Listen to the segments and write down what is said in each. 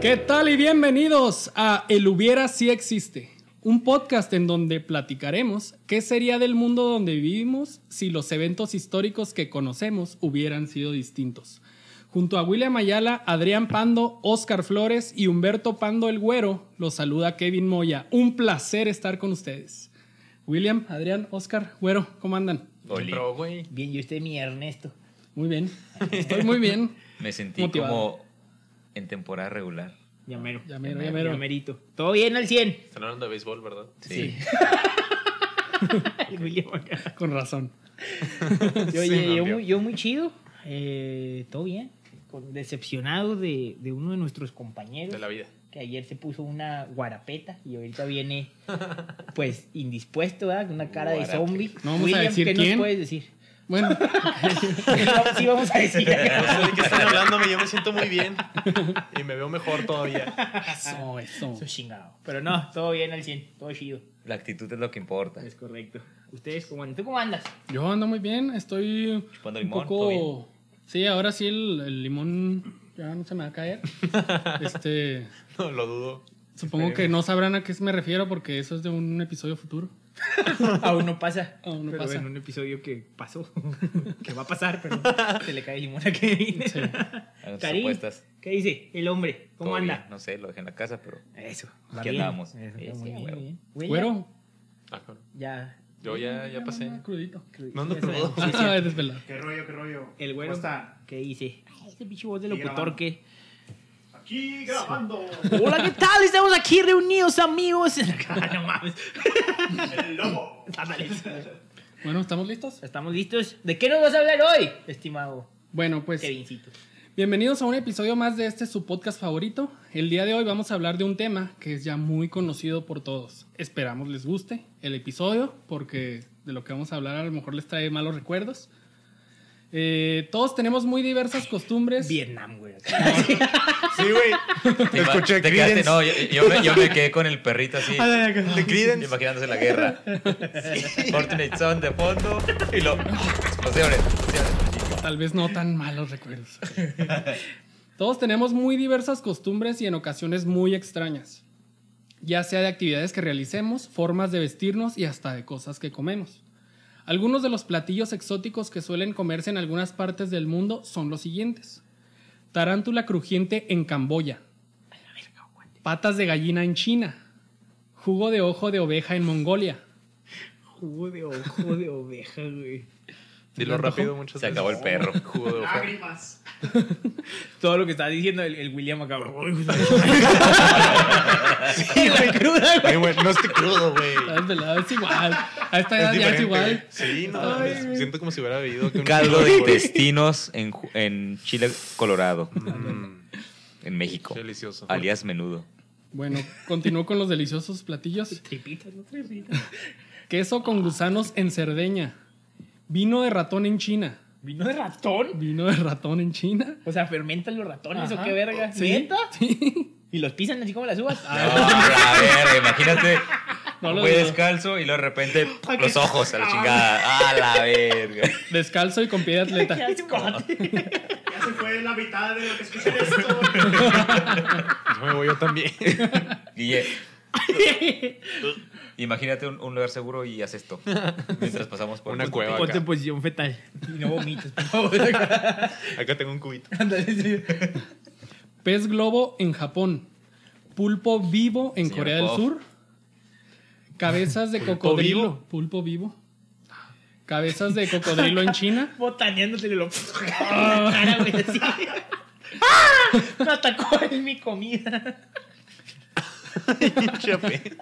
¿Qué tal y bienvenidos a El Hubiera Si Existe? Un podcast en donde platicaremos qué sería del mundo donde vivimos si los eventos históricos que conocemos hubieran sido distintos. Junto a William Ayala, Adrián Pando, Oscar Flores y Humberto Pando el Güero, los saluda Kevin Moya. Un placer estar con ustedes. William, Adrián, Oscar, Güero, ¿cómo andan? Oli. Pero, güey, Bien, yo estoy mi Ernesto. Muy bien. Estoy muy bien. Me sentí Motivado. como en temporada regular. Llamero. Ya mero, ya mero. Llamerito. Todo bien al 100. están hablando de béisbol, ¿verdad? Sí. El William acá. Con razón. Yo, Sí, yo- me yo envió. muy, yo muy chido. Eh, todo bien. Con- Decepcionado de, de uno de nuestros compañeros. De la vida. Que ayer se puso una guarapeta y ahorita viene, pues, indispuesto, ¿verdad? Con una cara Guarapeta. de zombie. No vamos a William, decir ¿qué quién. nos puedes decir? Bueno, sí, vamos a decir. No sé de qué están hablándome, yo me siento muy bien y me veo mejor todavía. eso, eso. Eso es chingado. Pero no, todo bien al 100. Todo chido. La actitud es lo que importa. Es correcto. ¿Ustedes cómo andan? ¿Tú cómo andas? Yo ando muy bien, estoy Chupando un limón, todo bien. poco... Sí, ahora sí el, el limón ya no se me va a caer. Este, No lo dudo. supongo que no sabrán a qué me refiero porque eso es de un episodio futuro. Aún no pasa. Aún no pero pasa. en un episodio que pasó, que va a pasar, pero se le cae el limón a Kevin. Sí. Hagan sus Karim, apuestas. ¿qué dice el hombre? ¿Cómo Todo bien. anda? No sé, lo dejé en la casa, pero Eso. Aquí andamos. Sí, está sí, muy bien, huevo. muy bien. William, Güero, Ah, cabrón. Ya. Yo ya, ya pasé. crudito. No ando Ya sabes. crudo. Sí, sí. Ah, desvelado. ¿Qué rollo, qué rollo? El güero ¿Cómo están? ¿Qué dice? Ay, ese pinche voz de Sí, locutor grabando. que... Aquí grabando Hola, ¿qué tal? Estamos aquí reunidos, amigos. Ah, no mames. el lobo. Ándale. Bueno, ¿estamos listos? ¿Estamos listos? ¿De qué nos vas a hablar hoy, estimado Bueno, pues... Kevincito? Bienvenidos a un episodio más de este su podcast favorito. El día de hoy vamos a hablar de un tema que es ya muy conocido por todos. Esperamos les guste el episodio porque de lo que vamos a hablar a lo mejor les trae malos recuerdos. Eh, todos tenemos muy diversas costumbres. Vietnam, güey. Sí, güey. Te iba- Escuché te quedaste- Creedence. no, yo, yo me, yo me quedé con el perrito así, Ah, De Creedence. imaginándose la guerra. Fortnite Sound de fondo y lo. Explosiones, explosiones. Tal vez no tan malos recuerdos. Todos tenemos muy diversas costumbres y en ocasiones muy extrañas, ya sea de actividades que realicemos, formas de vestirnos y hasta de cosas que comemos. Algunos de los platillos exóticos que suelen comerse en algunas partes del mundo son los siguientes. Tarántula crujiente en Camboya. Patas de gallina en China. Jugo de ojo de oveja en Mongolia. Jugo de ojo de oveja, güey. Dilo rápido muchas Se veces. acabó el perro. Jugo de hoja. Lágrimas. todo lo que estaba diciendo el, el William acá. sí, la cruda, güey. Ay, güey, no estoy crudo, güey. Ah, Es verdad, es igual. A esta edad Es ya es diferente, igual. güey. Sí, no. Ay, mames, güey. siento como si hubiera bebido. que un Caldo de chingo alcohol. intestinos en, Ju- en Chile, Colorado, Mm, en México. Delicioso. Alias menudo. Bueno, continúo con los deliciosos platillos. Tripitas, no tripitas. Queso con gusanos en Cerdeña. Vino de ratón en China. ¿Vino de ratón? Vino de ratón en China. O sea, fermentan los ratones Ajá. o qué verga. Sí, ¿Neta? sí. Y los pisan así como las uvas. Ah, No, a ver, imagínate. No No lo güey dudo. descalzo y luego de repente los ojos a la chingada. A la verga. Descalzo y con pie de atleta. Qué asco. Ya se fue la mitad de lo que escuché de esto. Yo me voy yo también. Guille. Imagínate un, un lugar seguro y haz esto. Mientras pasamos por Una un- cueva. Ponte Acá. en posición fetal. Y no vomites, por favor. Acá tengo un cubito. Ándale, sí. Pez globo en Japón. Pulpo vivo en Señor Corea del Puff. Sur. Cabezas de cocodrilo. Pulpo vivo. Cabezas de cocodrilo en China. Botaneándotele lo. Cara, güey, así. ¡Ah! Me atacó en mi comida. Chape.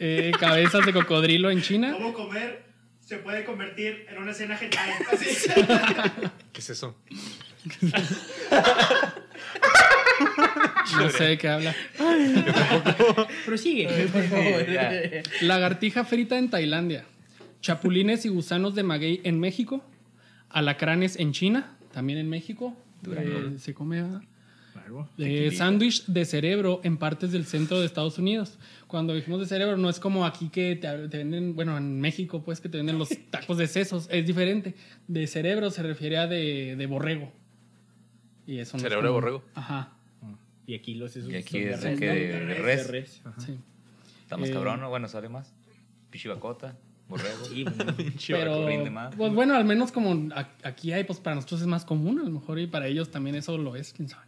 Eh, cabezas de cocodrilo en China. ¿Cómo comer se puede convertir en una escena genial? Así. ¿Qué es eso? No sé de qué habla. Prosigue, por favor. Ya. Lagartija frita en Tailandia. Chapulines y gusanos de maguey en México. Alacranes en China, también en México. Durango. Eh, se come. ¿verdad? Eh, sándwich de cerebro en partes del centro de Estados Unidos. Cuando dijimos de cerebro, no es como aquí que te, te venden, bueno, en México, pues que te venden los tacos de sesos, es diferente. De cerebro se refiere a de, de borrego. Y eso no es Cerebro de como- borrego. Ajá. Y aquí los esos Y aquí son de es de res, que ¿no? de- De de res, res. de res, ajá. Sí. Está más Eh. cabrón, ¿no? Bueno, sale más. Pichibacota, borrego. Sí, bueno. Pero, rinde más. pues bueno, al menos como a- aquí hay, pues para nosotros es más común, a lo mejor, y para ellos también eso lo es, quién sabe.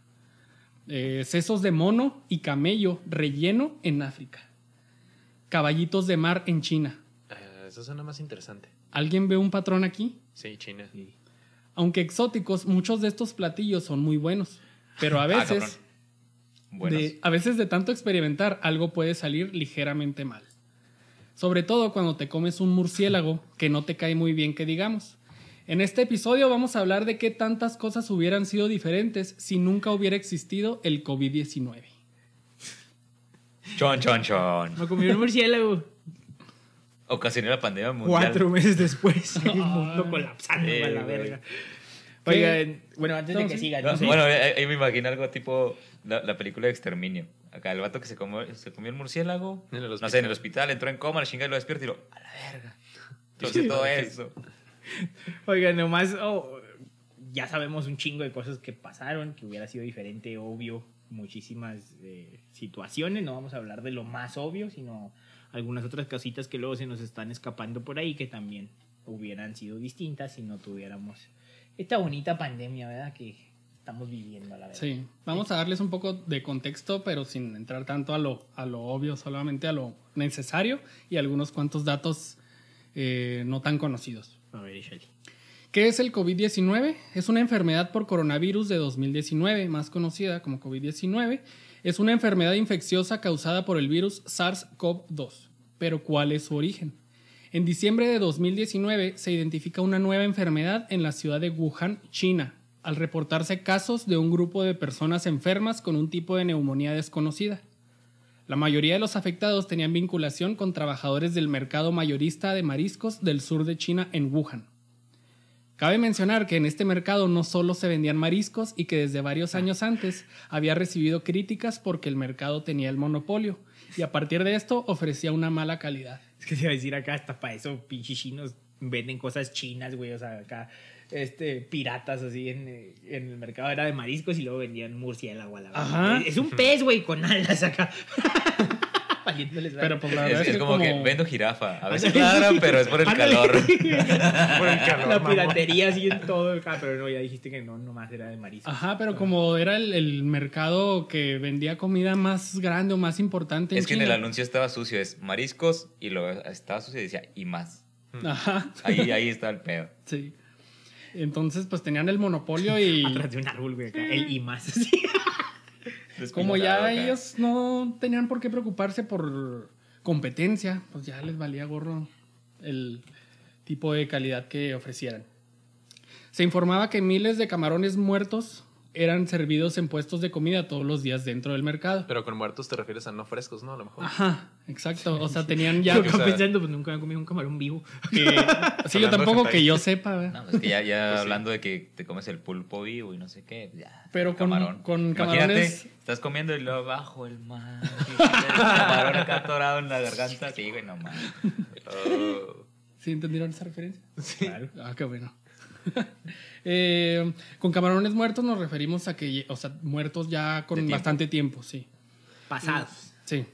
Eh, sesos de mono y camello relleno en África. Caballitos de mar en China. Eh, eso suena más interesante. ¿Alguien ve un patrón aquí? Sí, China. Sí. Aunque exóticos, muchos de estos platillos son muy buenos. Pero a Ah, veces, cabrón. Buenos. de, a veces de tanto experimentar, algo puede salir ligeramente mal. Sobre todo cuando te comes un murciélago que no te cae muy bien, que digamos. En este episodio vamos a hablar de qué tantas cosas hubieran sido diferentes si nunca hubiera existido el COVID-19. Chon, chon, chon. Me comí un murciélago. Ocasionó la pandemia mundial. Cuatro meses después, el mundo Ay. colapsando Eh, a la güey. verga. ¿Qué? Oigan, bueno, antes de que Entonces- sigan, No, no sé. Bueno, eh, ahí ahí me imagino algo tipo la, la película de Exterminio. Acá el vato que se comió, se comió el murciélago. pues, En el no hospital. sé, en el hospital, entró en coma, la chingada y lo despierta y lo. A la verga. Entonces todo eso. Oigan, nomás oh, ya sabemos un chingo de cosas que pasaron, que hubiera sido diferente, obvio, muchísimas eh, situaciones. No vamos a hablar de lo más obvio, sino algunas otras cositas que luego se nos están escapando por ahí que también hubieran sido distintas si no tuviéramos esta bonita pandemia, ¿verdad? Que estamos viviendo, la verdad. Sí, vamos a darles un poco de contexto, pero sin entrar tanto a lo, a lo obvio, solamente a lo necesario y algunos cuantos datos eh, no tan conocidos. A ver, Shelly. ¿Qué es el COVID-19? Es una enfermedad por coronavirus de 2019, más conocida como COVID-19. Es una enfermedad infecciosa causada por el virus SARS-CoV-2. Pero ¿cuál es su origen? En diciembre de 2019 se identifica una nueva enfermedad en la ciudad de Wuhan, China, al reportarse casos de un grupo de personas enfermas con un tipo de neumonía desconocida. La mayoría de los afectados tenían vinculación con trabajadores del mercado mayorista de mariscos del sur de China en Wuhan. Cabe mencionar que en este mercado no solo se vendían mariscos y que desde varios años antes había recibido críticas porque el mercado tenía el monopolio y a partir de esto ofrecía una mala calidad. Es que se va a decir acá, hasta para eso, pinches chinos venden cosas chinas, güey. O sea, acá, este, piratas así en, eh, en el mercado era de mariscos y luego vendían murciélago a la verga. Ajá. Es, es un pez, güey, con alas acá. Valiéndoles verga. Pero pues la Es, verdad es como, que vendo jirafa. A veces ladran, pero es por el Ándale. calor. Por el calor, La mamón. piratería así en todo acá, pero no, ya dijiste que no, nomás era de mariscos. Ah. Ajá, pero como era el, el mercado que vendía comida más grande o más importante en Es que en el China. anuncio estaba sucio, es mariscos y lo estaba sucio y decía y más. Ajá, Ahí, ahí está el pedo. sí. Entonces pues tenían el monopolio y Atrás de un árbol, güey, acá. El y más así. como Despintado ya acá. ellos no tenían por qué preocuparse por competencia, pues ya les valía gorro el tipo de calidad que ofrecieran. Se informaba que miles de camarones muertos eran servidos en puestos de comida todos los días dentro del mercado. Pero con muertos te refieres a no frescos, ¿no? A lo mejor. Ajá, exacto. O sea, tenían ya... Yo que- acá o sea- pensando, pues nunca he comido un camarón vivo. sí, yo Hablando de tampoco gente que ahí. yo sepa, ¿verdad? No, es que ya, ya hablando de que te comes el pulpo vivo y no sé qué, ya. Pero con- con Imagínate, camarones- estás comiendo y luego abajo el mar. y el camarón acá atorado en la garganta. Sí, güey, no mames. Oh. ¿Sí entendieron esa referencia? Claro. Ah, qué bueno. Eh, con camarones muertos nos referimos a que, o sea, muertos ya De con tiempo. bastante tiempo, sí. Pasados. Sí.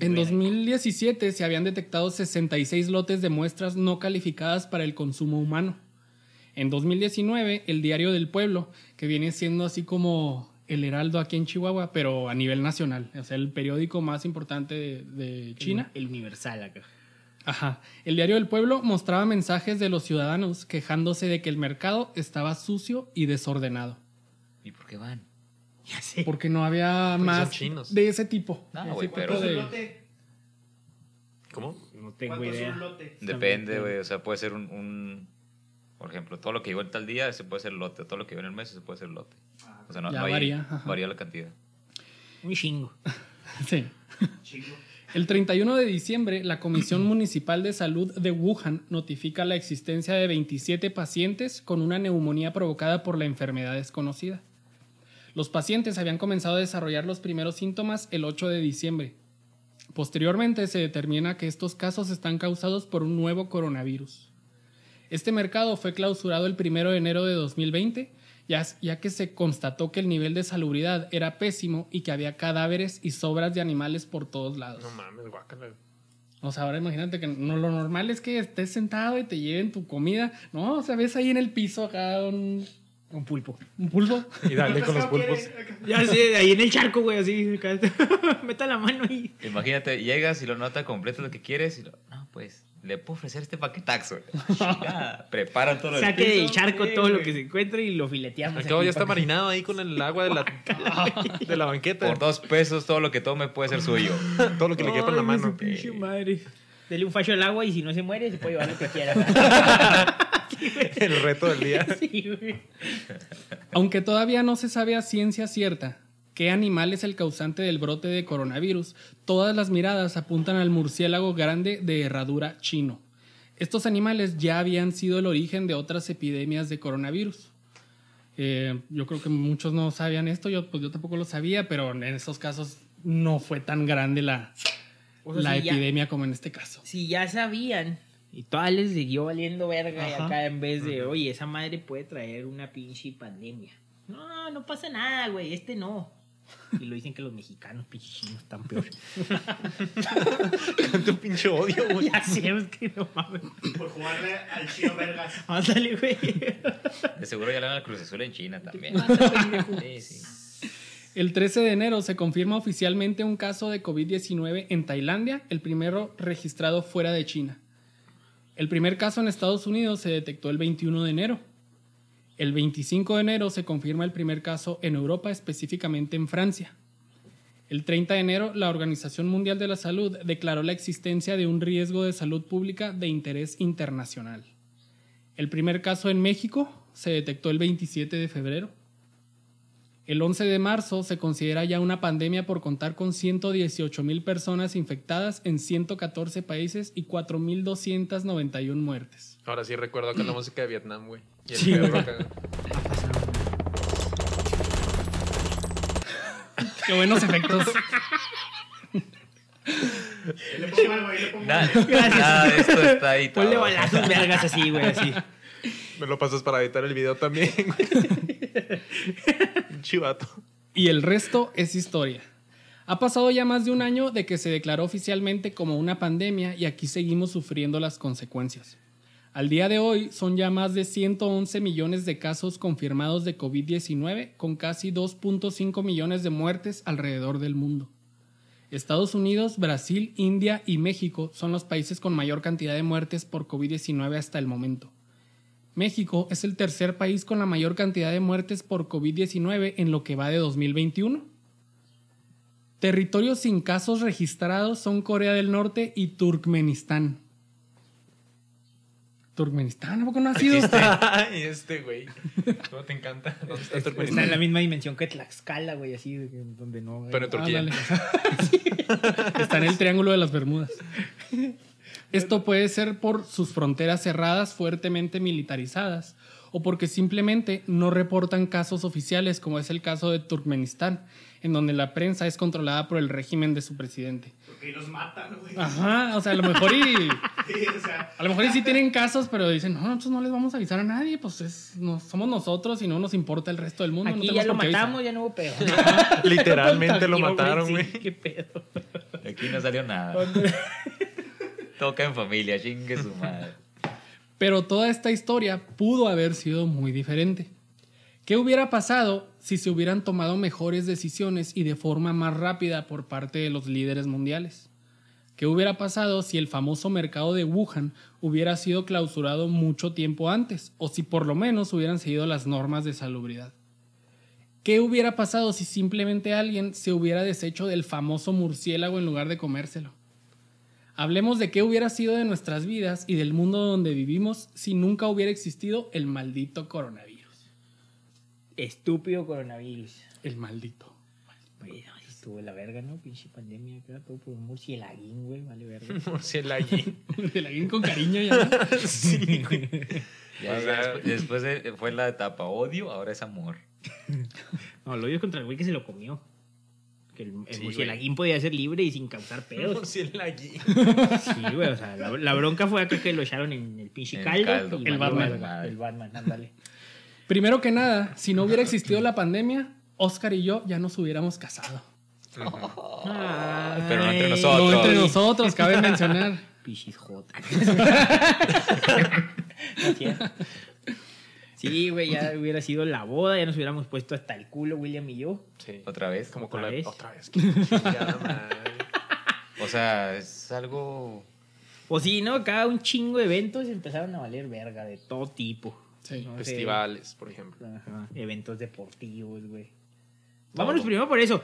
En 2017 se habían detectado 66 lotes de muestras no calificadas para el consumo humano. En 2019, el Diario del Pueblo, que viene siendo así como el Heraldo aquí en Chihuahua, pero a nivel nacional, o sea, el periódico más importante de, de China. El universal acá. Ajá. El Diario del Pueblo mostraba mensajes de los ciudadanos quejándose de que el mercado estaba sucio y desordenado, ¿Y por qué van? Ya sé. porque no Pues había son más chinos. de ese tipo. No, Ese Ah, güey, tipo pero- ¿Cuánto es un de- lote? ¿Cómo? No tengo ¿Cuánto es idea. un lote? Depende, güey. O sea, puede ser un, un- Por ejemplo, todo lo que llegó en tal día, se puede ser lote. Todo lo que llegó en el mes, se puede ser lote. Ah, O pues, sea, no, Ya no hay- varía, ajá. varía la cantidad. Un chingo. Sí. Chingo. El 31 de diciembre, la Comisión Municipal de Salud de Wuhan notifica la existencia de 27 pacientes con una neumonía provocada por la enfermedad desconocida. Los pacientes habían comenzado a desarrollar los primeros síntomas el 8 de diciembre. Posteriormente se determina que estos casos están causados por un nuevo coronavirus. Este mercado fue clausurado el 1 de enero de 2020 ya, ya que se constató que el nivel de salubridad era pésimo y que había cadáveres y sobras de animales por todos lados. No mames, guácala. O sea, ahora imagínate que no, lo normal es que estés sentado y te lleven tu comida. No, o sea, ves ahí en el piso acá un, Un pulpo. un pulpo. Y dale con los pescado pulpos. quiere? Ya sé, ahí en el charco, güey, así. acá. Meta la mano y. Imagínate, llegas y lo nota completo lo que quieres y lo, no, pues, le puedo ofrecer este paquetaxo. Chingada. Preparan todo el Saque del charco sí, todo lo güey. que se encuentre y lo fileteamos. Acabo aquí ya está para que- marinado ahí con el agua de la, de la banqueta. Por dos pesos, todo lo que tome puede ser suyo. Todo lo que le quepa en la Ay, su mano. pinche madre. Dele un fallo al agua y si no se muere, se puede llevar lo que quiera. El reto del día. Sí, güey. Aunque todavía no se sabe a ciencia cierta qué animal es el causante del brote de coronavirus, todas las miradas apuntan al murciélago grande de herradura chino. Estos animales ya habían sido el origen de otras epidemias de coronavirus. Eh, yo creo que muchos no sabían esto, yo, pues yo tampoco lo sabía, pero en esos casos no fue tan grande la, O sea, la sí, ya- epidemia como en este caso. si ya sabían y todas les siguió valiendo verga y Ajá. acá en vez de, oye, esa madre puede traer una pinche pandemia. No, no pasa nada, güey, este no. Y lo dicen que los mexicanos, pinches chinos, están peor. Tanto pinche odio, güey. ya sé, es que no mames. Por jugarle al chino vergas. Ándale, güey. De seguro ya le dan al Cruz Azul en China también. Sí, sí. El 13 de enero se confirma oficialmente un caso de COVID-19 en Tailandia, el primero registrado fuera de China. El primer caso en Estados Unidos se detectó el 21 de enero. El 25 de enero se confirma el primer caso en Europa, específicamente en Francia. El 30 de enero, la Organización Mundial de la Salud declaró la existencia de un riesgo de salud pública de interés internacional. El primer caso en México se detectó el 27 de febrero. El 11 de marzo se considera ya una pandemia por contar con 118 mil personas infectadas en 114 países y 4.291 muertes. Ahora sí recuerdo acá la música de Vietnam, güey. Y el Sí, perro güey. acá. Qué buenos efectos. Le pongo algo, ahí le pongo Nada, algo. nada de esto está ahí. Ponle balazos vergas así, güey, así. Me lo pasas para editar el video también, güey. Un chivato. y el resto es historia. Ha pasado ya más de un año de que se declaró oficialmente como una pandemia y aquí seguimos sufriendo las consecuencias. Al día de hoy son ya más de 111 millones de casos confirmados de COVID-19 con casi 2.5 millones de muertes alrededor del mundo. Estados Unidos, Brasil, India y México son los países con mayor cantidad de muertes por COVID-19 hasta el momento. México es el tercer país con la mayor cantidad de muertes por COVID-19 en lo que va de 2021. Territorios sin casos registrados son Corea del Norte y Turkmenistán. Turkmenistán, ¿a poco no ha sido? y este, güey. ¿Cómo te encanta? ¿Dónde está Pues Está en Turkmenistán? la misma dimensión que Tlaxcala, güey, así, donde no. Pero en Turquía. Ándale. Está en el Triángulo de las Bermudas. Esto puede ser por sus fronteras cerradas fuertemente militarizadas o porque simplemente no reportan casos oficiales como es el caso de Turkmenistán, en donde la prensa es controlada por el régimen de su presidente. Porque ahí los matan, güey. Ajá, o sea, a lo mejor y Sí, o sea, a lo mejor y sí tienen casos, pero dicen, "No, nosotros no les vamos a avisar a nadie, pues es, no, somos nosotros y no nos importa el resto del mundo, no Aquí ya tenemos lo por qué avisar". matamos, ya no hubo pedo. Literalmente lo Contagio, mataron, sí, güey. Qué pedo. Aquí no salió nada. Toca en familia, chingue su madre. Pero toda esta historia pudo haber sido muy diferente. ¿Qué hubiera pasado si se hubieran tomado mejores decisiones y de forma más rápida por parte de los líderes mundiales? ¿Qué hubiera pasado si el famoso mercado de Wuhan hubiera sido clausurado mucho tiempo antes? O si por lo menos hubieran seguido las normas de salubridad. ¿Qué hubiera pasado si simplemente alguien se hubiera deshecho del famoso murciélago en lugar de comérselo? Hablemos de qué hubiera sido de nuestras vidas y del mundo donde vivimos si nunca hubiera existido el maldito coronavirus. Estúpido coronavirus. El maldito. Bueno, ahí estuvo la verga, ¿no? Pinche pandemia, acá todo por un murcielaguín, güey, vale verga. Murcielaguín. El alguien con cariño ya. ¿no? Sí, güey. Ya, O ya sea- despu- después de- fue la etapa odio, ahora es amor. No, lo odio contra el güey que se lo comió. Que el, el Sí, murcielaguín podía ser libre y sin causar pedos. Murcielaguín. Sí, güey, o sea, la, la bronca fue acá que lo echaron en el pinche En caldo. caldo, y el valió Batman. verga. El Batman, ándale. Primero que nada, si no hubiera existido la pandemia, Oscar y yo ya nos hubiéramos casado. Pero no entre Ay, nosotros. No entre Ay. nosotros, cabe mencionar. Pichis J. Sí, güey, ya hubiera sido la boda, ya nos hubiéramos puesto hasta el culo, William y yo. Sí. Otra vez. Como con ¿Otra la. vez? Otra vez. Chingada madre. O sea, es algo. O sí, ¿no? Cada un chingo de eventos empezaron a valer verga de todo tipo. Sí. No sé. Festivales, por ejemplo. Ajá, Eventos deportivos, güey. Vámonos primero por eso.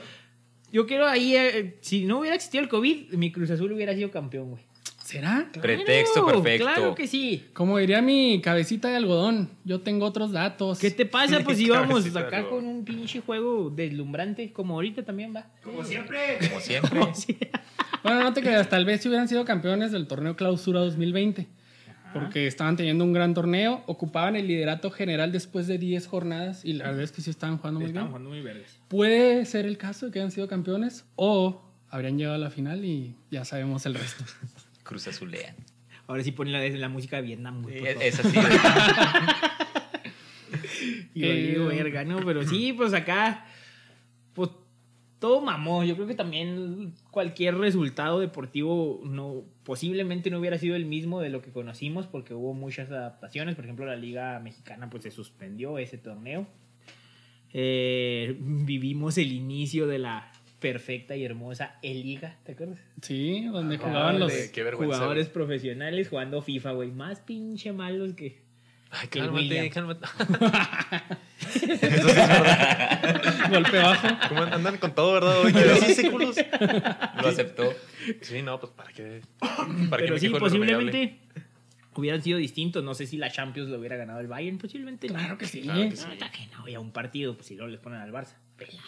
Yo quiero ahí, eh, si no hubiera existido el COVID, mi Cruz Azul hubiera sido campeón, güey. ¿Será? Pretexto Claro, perfecto. Claro que sí. Como diría mi cabecita de algodón, yo tengo otros datos. ¿Qué te pasa? Pues íbamos Cabecita de acá algodón. con un pinche juego deslumbrante, como ahorita también va. Como siempre. Como siempre. Bueno, no te creas, tal vez si hubieran sido campeones del torneo Clausura 2020, porque estaban teniendo un gran torneo, ocupaban el liderato general después de 10 jornadas y la verdad es que sí estaban jugando muy bien. jugando muy verdes. Puede ser el caso de que hayan sido campeones o habrían llegado a la final y ya sabemos el resto. Cruz Azulea. Ahora sí ponen la, la música de Vietnam, güey. por favor. Es así. Y valió Eh, verga, ¿no? Pero sí, pues acá, pues todo mamó. Yo creo que también cualquier resultado deportivo no, posiblemente no hubiera sido el mismo de lo que conocimos porque hubo muchas adaptaciones. Por ejemplo, la Liga Mexicana pues se suspendió ese torneo. Eh, vivimos el inicio de la perfecta y hermosa E-Liga, ¿te acuerdas? Sí, donde Ah, jugaban los... de- qué vergüenza, Jugadores profesionales jugando FIFA, güey. Más pinche malos que... Ay, El William. cálmate, cálmate. Golpe bajo. ¿Cómo andan con todo, verdad? Oye, ¿Qué sí, culos? Lo aceptó. Sí, no, pues para qué. Para Pero me sí, quejo de lo remediable? posiblemente hubieran sido distintos. No sé si la Champions lo hubiera ganado el Bayern. Posiblemente no. Claro que sí. Claro que sí. No, está que no. Y a un partido, pues si luego les ponen al Barça. Pela.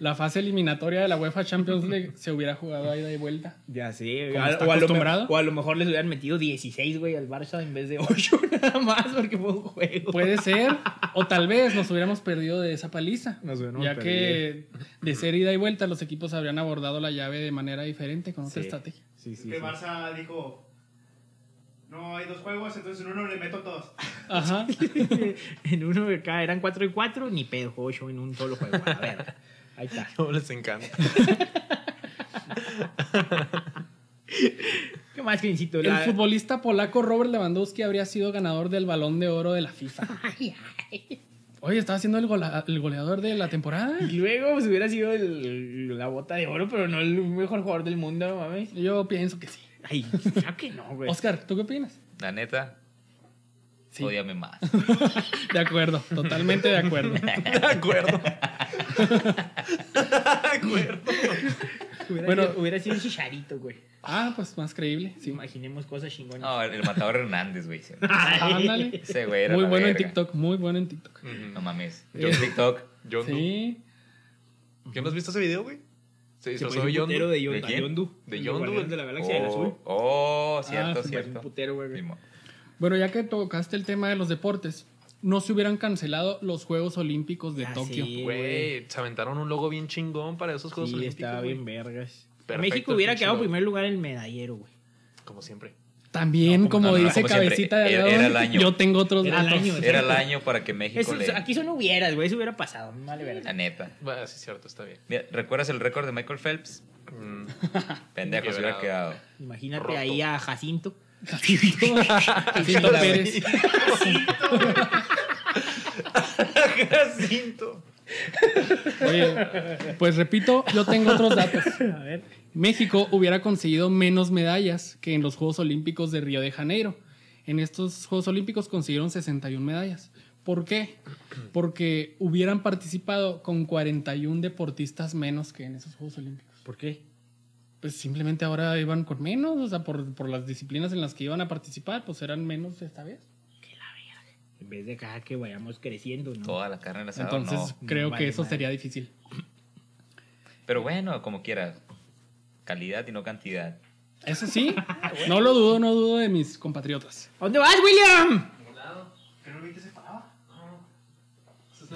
La fase eliminatoria de la UEFA Champions League se hubiera jugado ahí de vuelta. Ya sé. Como A- está o, a lo, acostumbrado. me- o a lo mejor les hubieran metido 16, güey, al Barça en vez de 8 nada más porque fue un juego. Puede ser, o tal vez nos hubiéramos perdido de esa paliza. Nos hubiéramos ya que de ser ida y vuelta, los equipos habrían abordado la llave de manera diferente con otra Sí. estrategia. Sí, sí, que sí. Barça dijo: No, hay dos juegos, entonces en uno le meto todos. Ajá. en uno de acá eran 4 y 4, ni pedo, 8 en un solo juego. A ver. Ahí está. No les encanta. ¿Qué más, Crincito? El La- futbolista polaco Robert Lewandowski habría sido ganador del balón de oro de la FIFA. Oye, estaba siendo el, gola- el goleador de la temporada. Y luego pues, hubiera sido el- la bota de oro, pero no el mejor jugador del mundo, no mames. Yo pienso que sí. Ay, claro que no, güey. Oscar, ¿tú qué opinas? La neta, Sí. odiame más. De acuerdo, totalmente de acuerdo. De acuerdo. De acuerdo. Hubiera Bueno. sido- hubiera sido un chicharito, güey. Ah, pues más creíble. Sí. Imaginemos cosas chingonas. No, el matador Hernández, güey. Ese Ah, Ándale. ese güey era Muy la bueno en verga. TikTok, muy bueno en TikTok. No mames. Yo- Yo en TikTok. Yo Sí. no. ¿Qué no has visto ese video, güey? Se Se disfrazó parece de un Yondu. putero de Yondu. ¿De quién? Yondu. De El Yondu, guardián el- de la galaxia del azul. Oh, cierto, Ah, Se parece un cierto. putero, güey. Simón. Bueno, ya que tocaste el tema de los deportes, no se hubieran cancelado los Juegos Olímpicos de Ah, Tokio. sí, Güey, se aventaron un logo bien chingón para esos Juegos Sí, Olímpicos. estaba güey. bien vergas. Perfecto, México hubiera pinche quedado loco. primer lugar en el medallero, güey. Como siempre. También, No, como- como no, no, dice como siempre, Cabecita de era- Algodón, era el año. yo tengo otros Era el datos. año. Era el año para que México Eso- le. aquí son hubieras, güey. Eso hubiera pasado. no Vale, verga. La neta. Bueno, sí, cierto, está bien. Mira, ¿Recuerdas el récord de Michael Phelps? Mm. Pendejo, se hubiera Quebrado. quedado. Imagínate Roto. ahí a Jacinto. Jacinto Chila, güey. Pérez. Jacinto. Oye, pues repito, yo tengo otros datos. A ver. México hubiera conseguido menos medallas que en los Juegos Olímpicos de Río de Janeiro. En estos Juegos Olímpicos consiguieron 61 medallas. ¿Por qué? Porque hubieran participado con 41 deportistas menos que en esos Juegos Olímpicos. ¿Por qué? Pues simplemente ahora iban con menos, o sea, por, por las disciplinas en las que iban a participar, pues eran menos esta vez. En vez de acá que vayamos creciendo, ¿no? Toda la carne en asado, Entonces no. creo No, que vale eso madre. sería difícil. Pero bueno, como quiera. Calidad y no cantidad. Eso sí, no lo dudo, no dudo de mis compatriotas. ¿A dónde vas, William? Que no vi que se paraba.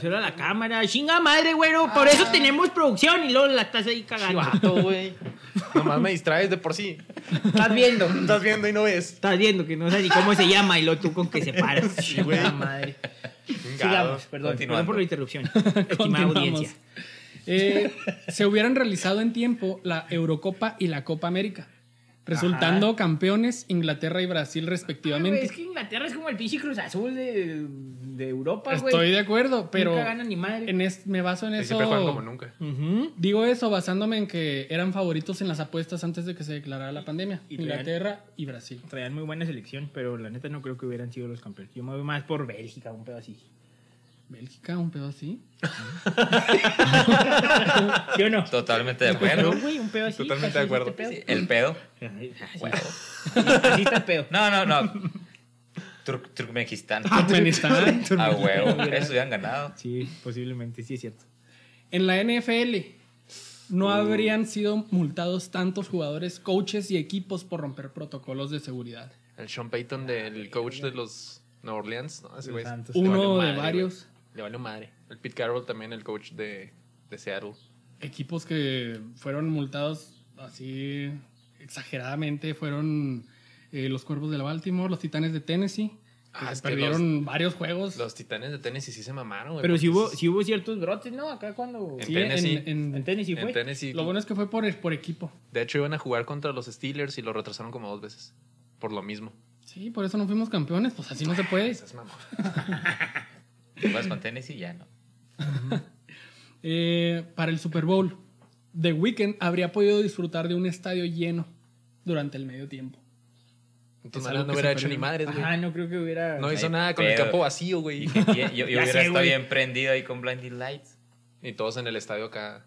Solo la cámara. Chinga madre, güero. Por eso tenemos producción y luego la estás ahí cagando. Chivato, güey. Nomás me distraes de por sí. Estás viendo. Estás viendo y no ves. Estás viendo que no sé ni cómo se llama y lo tú con que se paras. Chinga madre. Chingado. Sigamos, perdón. Continuando. Perdón por la interrupción. Estimada Continuamos. audiencia. Eh, se hubieran realizado en tiempo la Eurocopa y la Copa América, resultando campeones Inglaterra y Brasil respectivamente. Ah, Güey, Es que Inglaterra es como el pinche Cruz Azul de, de Europa, güey. Estoy de acuerdo, pero Nunca gana ni madre. en es- me baso en Y eso. Siempre juegan como nunca. Ujú. Digo eso basándome en que eran favoritos en las apuestas antes de que se declarara la pandemia. y traían- Inglaterra y Brasil. Traían muy buena selección, pero la neta no creo que hubieran sido los campeones. Yo me voy más por Bélgica, un pedo así. Bélgica, un pedo así. ¿Sí o no? Totalmente de acuerdo. No, Pues, güey, un pedo así. Totalmente de así es acuerdo. este pedo. Sí, El pedo. Ay, así- Huevo. Así está el pedo. No, no, no. Tur- Turkmenistán. Ah, Turkmenistán. A huevo. Eso hubieran ganado. Sí, posiblemente, sí es cierto. En la NFL Uh. no habrían sido multados tantos jugadores, coaches y equipos por romper protocolos de seguridad. El Sean Payton del coach de los New Orleans. No, ese Los güey. Santos. le valió Uno de Pues madre, güey. varios. Le valió madre. El Pete Carroll también, el coach de, de Seattle. Equipos que fueron multados así exageradamente fueron eh, los cuervos de la Baltimore, los titanes de Tennessee. que Ah, se es que perdieron varios juegos. Los titanes de Tennessee sí se mamaron, güey. Pero si porque hubo, es- si hubo ciertos brotes, ¿no? Acá cuando... En Sí, Tennessee. en- En tenis y en fue. Tennessee. Lo bueno es que fue por, por equipo. De hecho, iban a jugar contra los Steelers y lo retrasaron como dos veces. Por lo mismo. Sí, por eso no fuimos campeones. Pues así no se puede. Esas mamadas. Vas con Tennessee y ya no. Eh, para el Super Bowl, The Weeknd habría podido disfrutar de un estadio lleno durante el medio tiempo. Es Entonces algo no, no que hubiera se hecho ni perdió. madres, Ajá, güey. no creo que hubiera... No hizo Ay, nada con el pero- campo vacío, Y, güey. y- y- yo Ya hubiera sé, estado güey. bien prendido ahí con Blinding Lights. Y todos en el estadio acá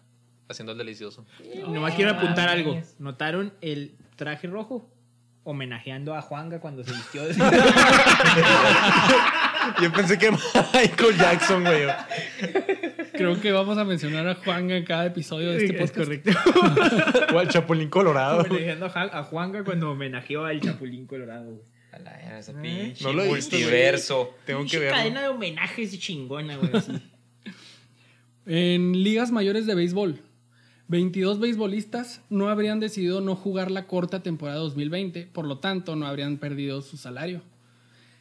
haciendo el delicioso. Nomás quiero apuntar algo. ¿Notaron el traje rojo? Homenajeando a Juanga cuando se vistió. de- este Yo pensé que Michael Jackson, güey. Creo que vamos a mencionar a Juan en cada episodio de este es podcast. correcto. O al Chapulín Colorado. Homenajeando a Jan- a Juanga cuando homenajeó al Chapulín Colorado. güey. A la era ese pinche No lo he visto, güey. multiverso. Tengo que Pinche verlo. cadena de homenajes chingona, güey. así. En ligas mayores de béisbol, 22 beisbolistas no habrían decidido no jugar la corta temporada 2020, por lo tanto no habrían perdido su salario.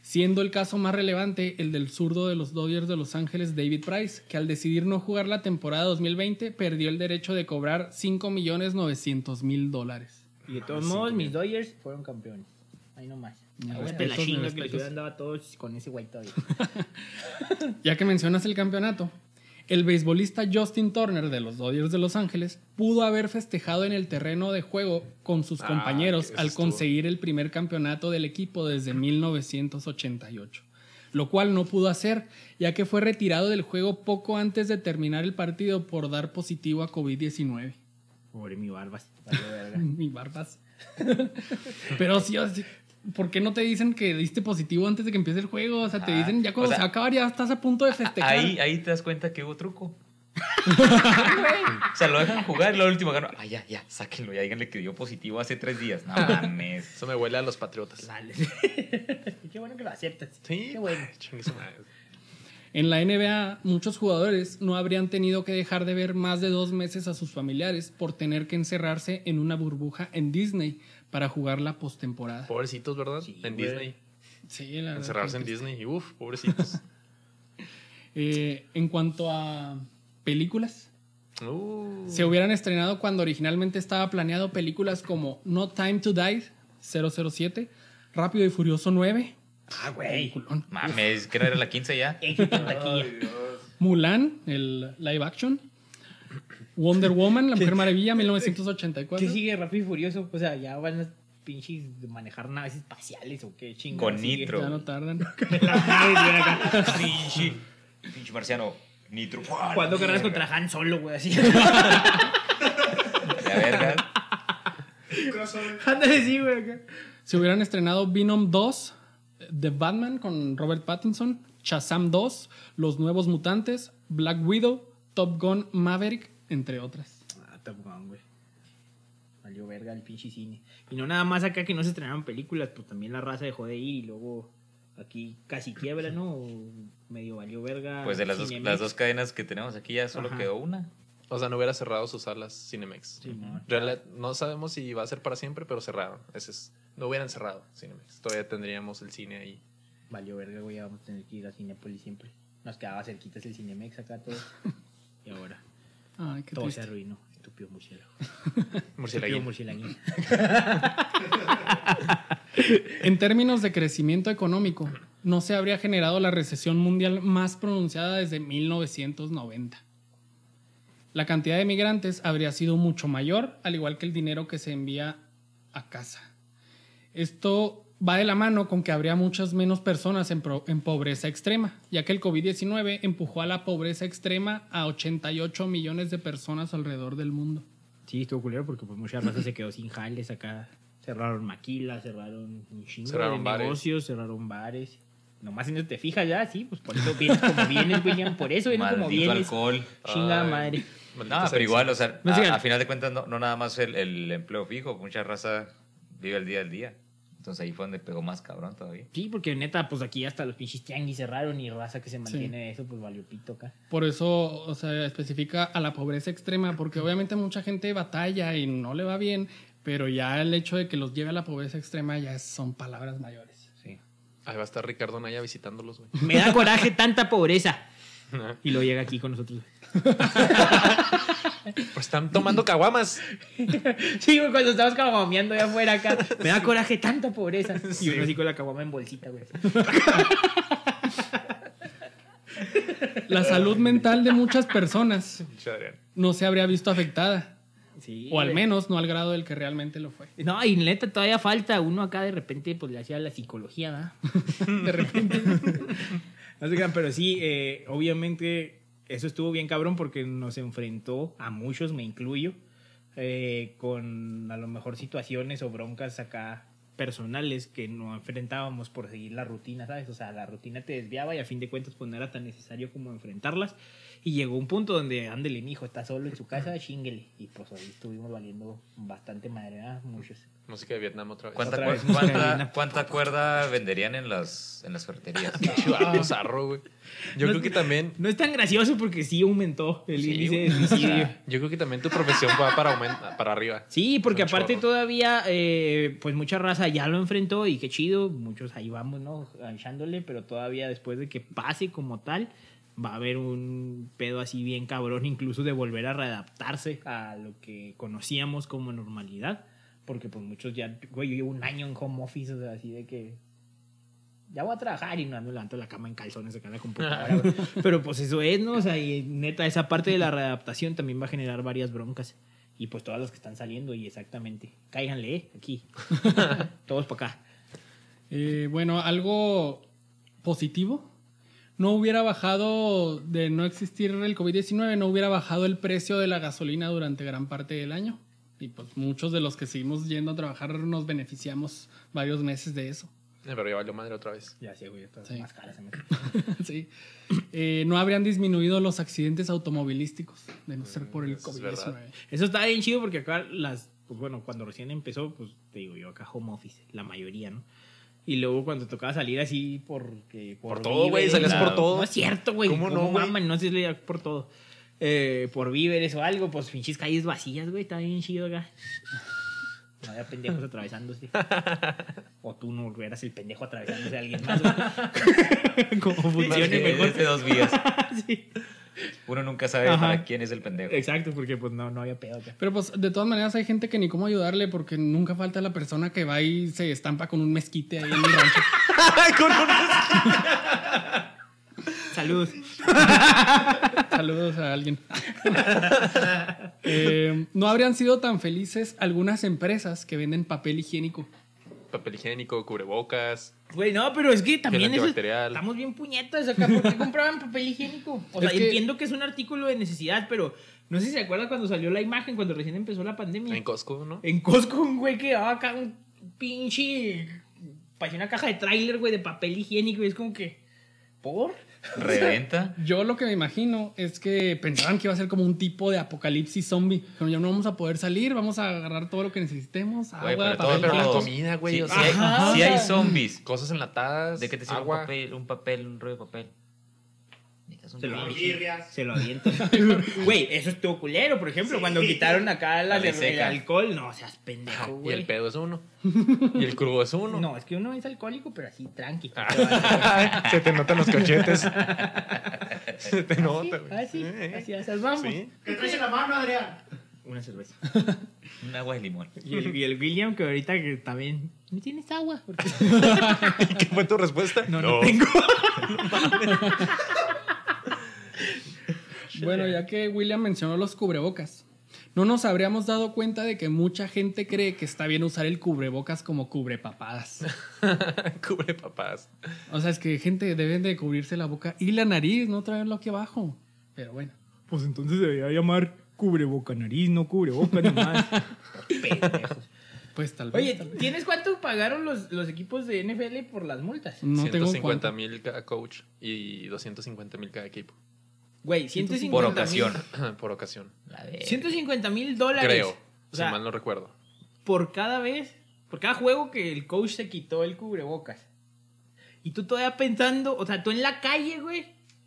Siendo el caso más relevante el del zurdo de los Dodgers de Los Ángeles, David Price, que al decidir no jugar la temporada 2020 perdió el derecho de cobrar 5.900.000 dólares. Y de todos modos, mis Dodgers fueron campeones. Ahí nomás. Mis Ahora respetos, te la mis chinga que respetos. les hubiera andado a todos con ese güey todavía. Ya que mencionas el campeonato, el beisbolista Justin Turner de los Dodgers de Los Ángeles pudo haber festejado en el terreno de juego con sus Ah, compañeros eso al estuvo. conseguir el primer campeonato del equipo desde 1988, lo cual no pudo hacer ya que fue retirado del juego poco antes de terminar el partido por dar positivo a COVID-19. Pobre mi barbas. valió verga. Mi barbas. Pero sí, o sea, ¿por qué no te dicen que diste positivo antes de que empiece el juego? O sea, te Ah, dicen ya cuando o sea, se va a acabar ya estás a punto de festejar. Ahí, ahí te das cuenta que hubo truco. o sea, lo dejan jugar y lo último ganó. Ah, ya, ya, sáquenlo. Ya díganle que dio positivo hace tres días. No mames. Eso me huele a los patriotas. Sale. Qué bueno que lo aceptas. Sí. Qué bueno. Chingue su madre. En la NBA, muchos jugadores no habrían tenido que dejar de ver más de dos meses a sus familiares por tener que encerrarse en una burbuja en Disney para jugar la postemporada. Pobrecitos, ¿verdad? Sí, en güey. Ah, Disney. Sí, la verdad Encerrarse que en sí. Disney. Y uff, pobrecitos. Eh, en cuanto a películas, Uh. se hubieran estrenado cuando originalmente estaba planeado películas como No Time to Die 007, Rápido y Furioso 9, Ah, güey. peliculón, Mames, que no era la 15 ya. Éxito en taquilla. Mulan, el live action, Wonder Woman, La Mujer Maravilla 1984. ¿Qué sigue Rápido y Furioso? O sea, ya van a pinches de manejar naves espaciales o qué chingo. Con nitro. Ya no tardan. Pinche, pinche marciano. Nitro. Cuando cargas contra Han Solo, güey, así. La verga. Crossover. Ándale, sí, güey, acá. Se hubieran estrenado Venom 2, The Batman con Robert Pattinson, Shazam 2, Los Nuevos Mutantes, Black Widow, Top Gun Maverick, entre otras. Ah, Top Gun, güey. Valió verga el pinche cine. Y no nada más acá que no se estrenaron películas, pues también la raza dejó de ir y luego aquí casi quiebra, ¿no? O medio valió verga. Pues de las dos, Cinemex. las dos cadenas que tenemos aquí ya solo Ajá. quedó una. O sea, no hubiera cerrado sus salas Cinemex. Simón. Real- no sabemos si va a ser para siempre, pero cerraron. Ese es, no hubieran cerrado Cinemex. Todavía tendríamos el cine ahí. Valió verga, güey, ya vamos a tener que ir a Cinépolis siempre. Nos quedaba cerquitas el Cinemex acá todo. y ahora Ay, qué todo se triste. arruinó. Estúpido murciélago. Estúpido Murcielaguín. murciélago. En términos de crecimiento económico, no se habría generado la recesión mundial más pronunciada desde 1990. La cantidad de migrantes habría sido mucho mayor, al igual que el dinero que se envía a casa. Esto va de la mano con que habría muchas menos personas en, pro- en pobreza extrema, ya que el COVID-19 empujó a la pobreza extrema a 88 millones de personas alrededor del mundo. Sí, estuvo culero porque pues mucha raza se quedó sin jales acá. Cerraron maquilas, cerraron un chingo Cerraron de bares. negocios, cerraron bares. Nomás si no te fijas ya, sí, pues por eso vienes como vienes, William, por eso vienes como Maldito vienes. alcohol. Chinga Ay, madre. maldito No, sexo. Pues pero igual, o sea, No a- pues, sigan. a, final de cuentas no, no nada más el, el empleo fijo, mucha raza vive el día al día. Entonces ahí fue donde pegó más cabrón todavía. Sí, porque neta, pues aquí hasta los pinches tianguis cerraron y raza que se mantiene de eso, pues valió pito acá. Por eso, o sea, especifica a la pobreza extrema, porque obviamente mucha gente batalla y no le va bien, pero ya el hecho de que los lleve a la pobreza extrema ya son palabras mayores. Sí. Ahí va a estar Ricardo Naya visitándolos, güey. Me da coraje tanta pobreza. Y lo llega aquí con nosotros. Pues están tomando caguamas. Sí, güey, cuando estabas caguameando allá afuera acá. Me da coraje tanta pobreza. Y Sí. uno así con la caguama en bolsita, güey. La salud mental de muchas personas Pinche Adrián. no se habría visto afectada, Sí, o al güey. menos no al grado del que realmente lo fue. No, y neta, todavía falta. Uno acá de repente pues le hacía la psicología, ¿verdad? De repente. No se crean, pero sí, eh, obviamente eso estuvo bien cabrón porque nos enfrentó a muchos, me incluyo, eh, con a lo mejor situaciones o broncas acá personales que no enfrentábamos por seguir la rutina, ¿sabes? O sea, la rutina te desviaba y a fin de cuentas pues no era tan necesario como enfrentarlas. Y llegó un punto donde, ándele, mijo, está solo en su casa, chinguele. Y pues ahí estuvimos valiendo bastante madre, ¿verdad? Muchos. Música de Vietnam otra vez. ¿Cuánta, Otra cuer- vez música cuánta- divina. cuánta cuerda venderían en las, en las ferreterías? Pinche vato zarro, güey. Yo No- creo que también. No es tan gracioso porque sí aumentó el Sí, índice de güey. suicidio. Yo creo que también tu profesión va para, aumenta- para arriba. Sí, porque Es un aparte chorro. todavía, eh, pues mucha raza ya lo enfrentó y qué chido, muchos ahí vamos, ¿no? Ganchándole, pero todavía después de que pase como tal, va a haber un pedo así bien cabrón, incluso de volver a readaptarse a lo que conocíamos como normalidad, porque pues muchos ya, güey, yo llevo un año en home office, o sea, así de que ya voy a trabajar y no me levanto de la cama en calzones acá en la computadora. güey. Pero pues eso es, ¿no? O sea, y neta, esa parte de la readaptación también va a generar varias broncas. Y pues todas las que están saliendo, y exactamente. Cáiganle, ¿eh? aquí. Todos para acá. Eh, bueno, algo positivo. No hubiera bajado, de no existir el COVID-19, no hubiera bajado el precio de la gasolina durante gran parte del año. Y pues muchos de los que seguimos yendo a trabajar nos beneficiamos varios meses de eso. Eh, Pero ya valió madre otra vez. Ya sé, güey, estas Sí. más caras se me- Sí. Eh, no habrían disminuido los accidentes automovilísticos, de no ser por el Eso es COVID-19. verdad. Eso está bien chido porque acá las, pues bueno, cuando recién empezó, pues te digo yo, acá home office, la mayoría, ¿no? Y luego cuando tocaba salir así porque... Por todo, güey, víveres, salías la- por todo. No es cierto, güey. ¿Cómo ¿Cómo no, no, güey? maman? No sé si salías por todo. Eh, por víveres o algo, pues pinches calles vacías, güey, está bien chido acá. No había pendejos atravesándose. O tú no eras el pendejo atravesándose a alguien más, güey. Como Más funcione que mejor. desde dos vías. Sí. Uno nunca sabe Ajá. para quién es el pendejo. Exacto, porque pues no, no había pedo acá. Pero pues de todas maneras hay gente que ni cómo ayudarle porque nunca falta la persona que va y se estampa con un mezquite ahí en el rancho. Con una- Saludos. Saludos a alguien. Eh, no habrían sido tan felices algunas empresas que venden papel higiénico. Papel higiénico, cubrebocas. Güey, no, pero es que también eso- antibacterial. estamos bien puñetas acá porque compraban papel higiénico. O Es sea, que- entiendo que es un artículo de necesidad, pero no sé si se acuerdan cuando salió la imagen, cuando recién empezó la pandemia. En Costco, ¿no? En Costco, un güey que daba acá un pinche. Parecía una caja de tráiler, güey, de papel higiénico. Y es como que. ¿Por? Reventa. Yo lo que me imagino es que pensaban que iba a ser como un tipo de apocalipsis zombie. Como ya no vamos a poder salir, vamos a agarrar todo lo que necesitemos. Agua, Güey, pero papel, todo, pero la platos. todo. comida, güey. Sí, o sí sea, hay, sí hay zombies. Cosas enlatadas. ¿De qué te sirve un agua. papel, un papel, un rollo de papel? Necesitas un Se lo, rollo. abre. avientan. Se lo avientan. Güey, eso estuvo culero, por ejemplo, Sí. cuando quitaron acá la, La ley el, seca. alcohol. No seas pendejo, Y güey. el pedo es uno. Y el crudo es uno. No, es que uno es alcohólico, pero así tranqui. Se te notan los cachetes. Se ¿Ah, te nota, güey. Así, Sí. así, así, vamos. Sí. ¿Qué traes en la mano, Adrián? Una cerveza. Un agua de limón. Y el, y el William, que ahorita que también. No tienes agua. Porque... ¿Qué fue tu respuesta? No, no tengo. Bueno, ya que William mencionó los cubrebocas, no nos habríamos dado cuenta de que mucha gente cree que está bien usar el cubrebocas como cubrepapadas. Cubre papás. O sea, es que gente deben de cubrirse la boca y la nariz, no traerlo aquí abajo. Pero bueno. Pues entonces se debería llamar cubreboca nariz, no cubreboca nomás. Pendejos. Pues tal vez. Oye, tal vez. ¿tienes cuánto pagaron los, los equipos de NFL por las multas? no tengo 150 cuenta. mil cada coach y 250 mil cada equipo Güey, 150 Por ocasión. por ocasión. La verga. 150 mil dólares. Creo, O sea, si mal no recuerdo. por cada vez, por cada juego que el coach se quitó el cubrebocas. Y tú todavía pensando, o sea, tú en la calle, güey,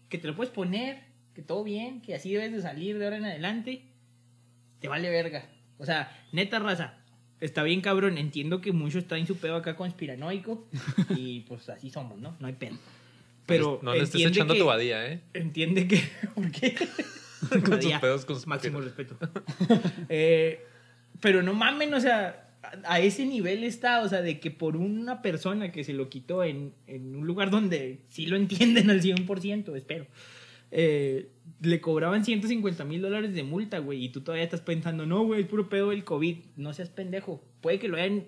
que te lo puedes poner, que todo bien, que así debes de salir de ahora en adelante, te vale verga. O sea, neta raza, está bien cabrón, entiendo que muchos traen su pedo acá conspiranoico y pues así somos, ¿no? No hay pena. Pero no le estés entiende echando que- tu badía, ¿eh? Entiende que. ¿Por qué? Con tus Ya, pedos con su Máximo respeto. Eh, pero no mamen, o sea, a, a ese nivel está, o sea, de que por una persona que se lo quitó en, en un lugar donde sí lo entienden al 100%, espero. eh, le cobraban 150 mil dólares de multa, güey, y tú todavía estás pensando, no, güey, es puro pedo del COVID, no seas pendejo. Puede que lo hayan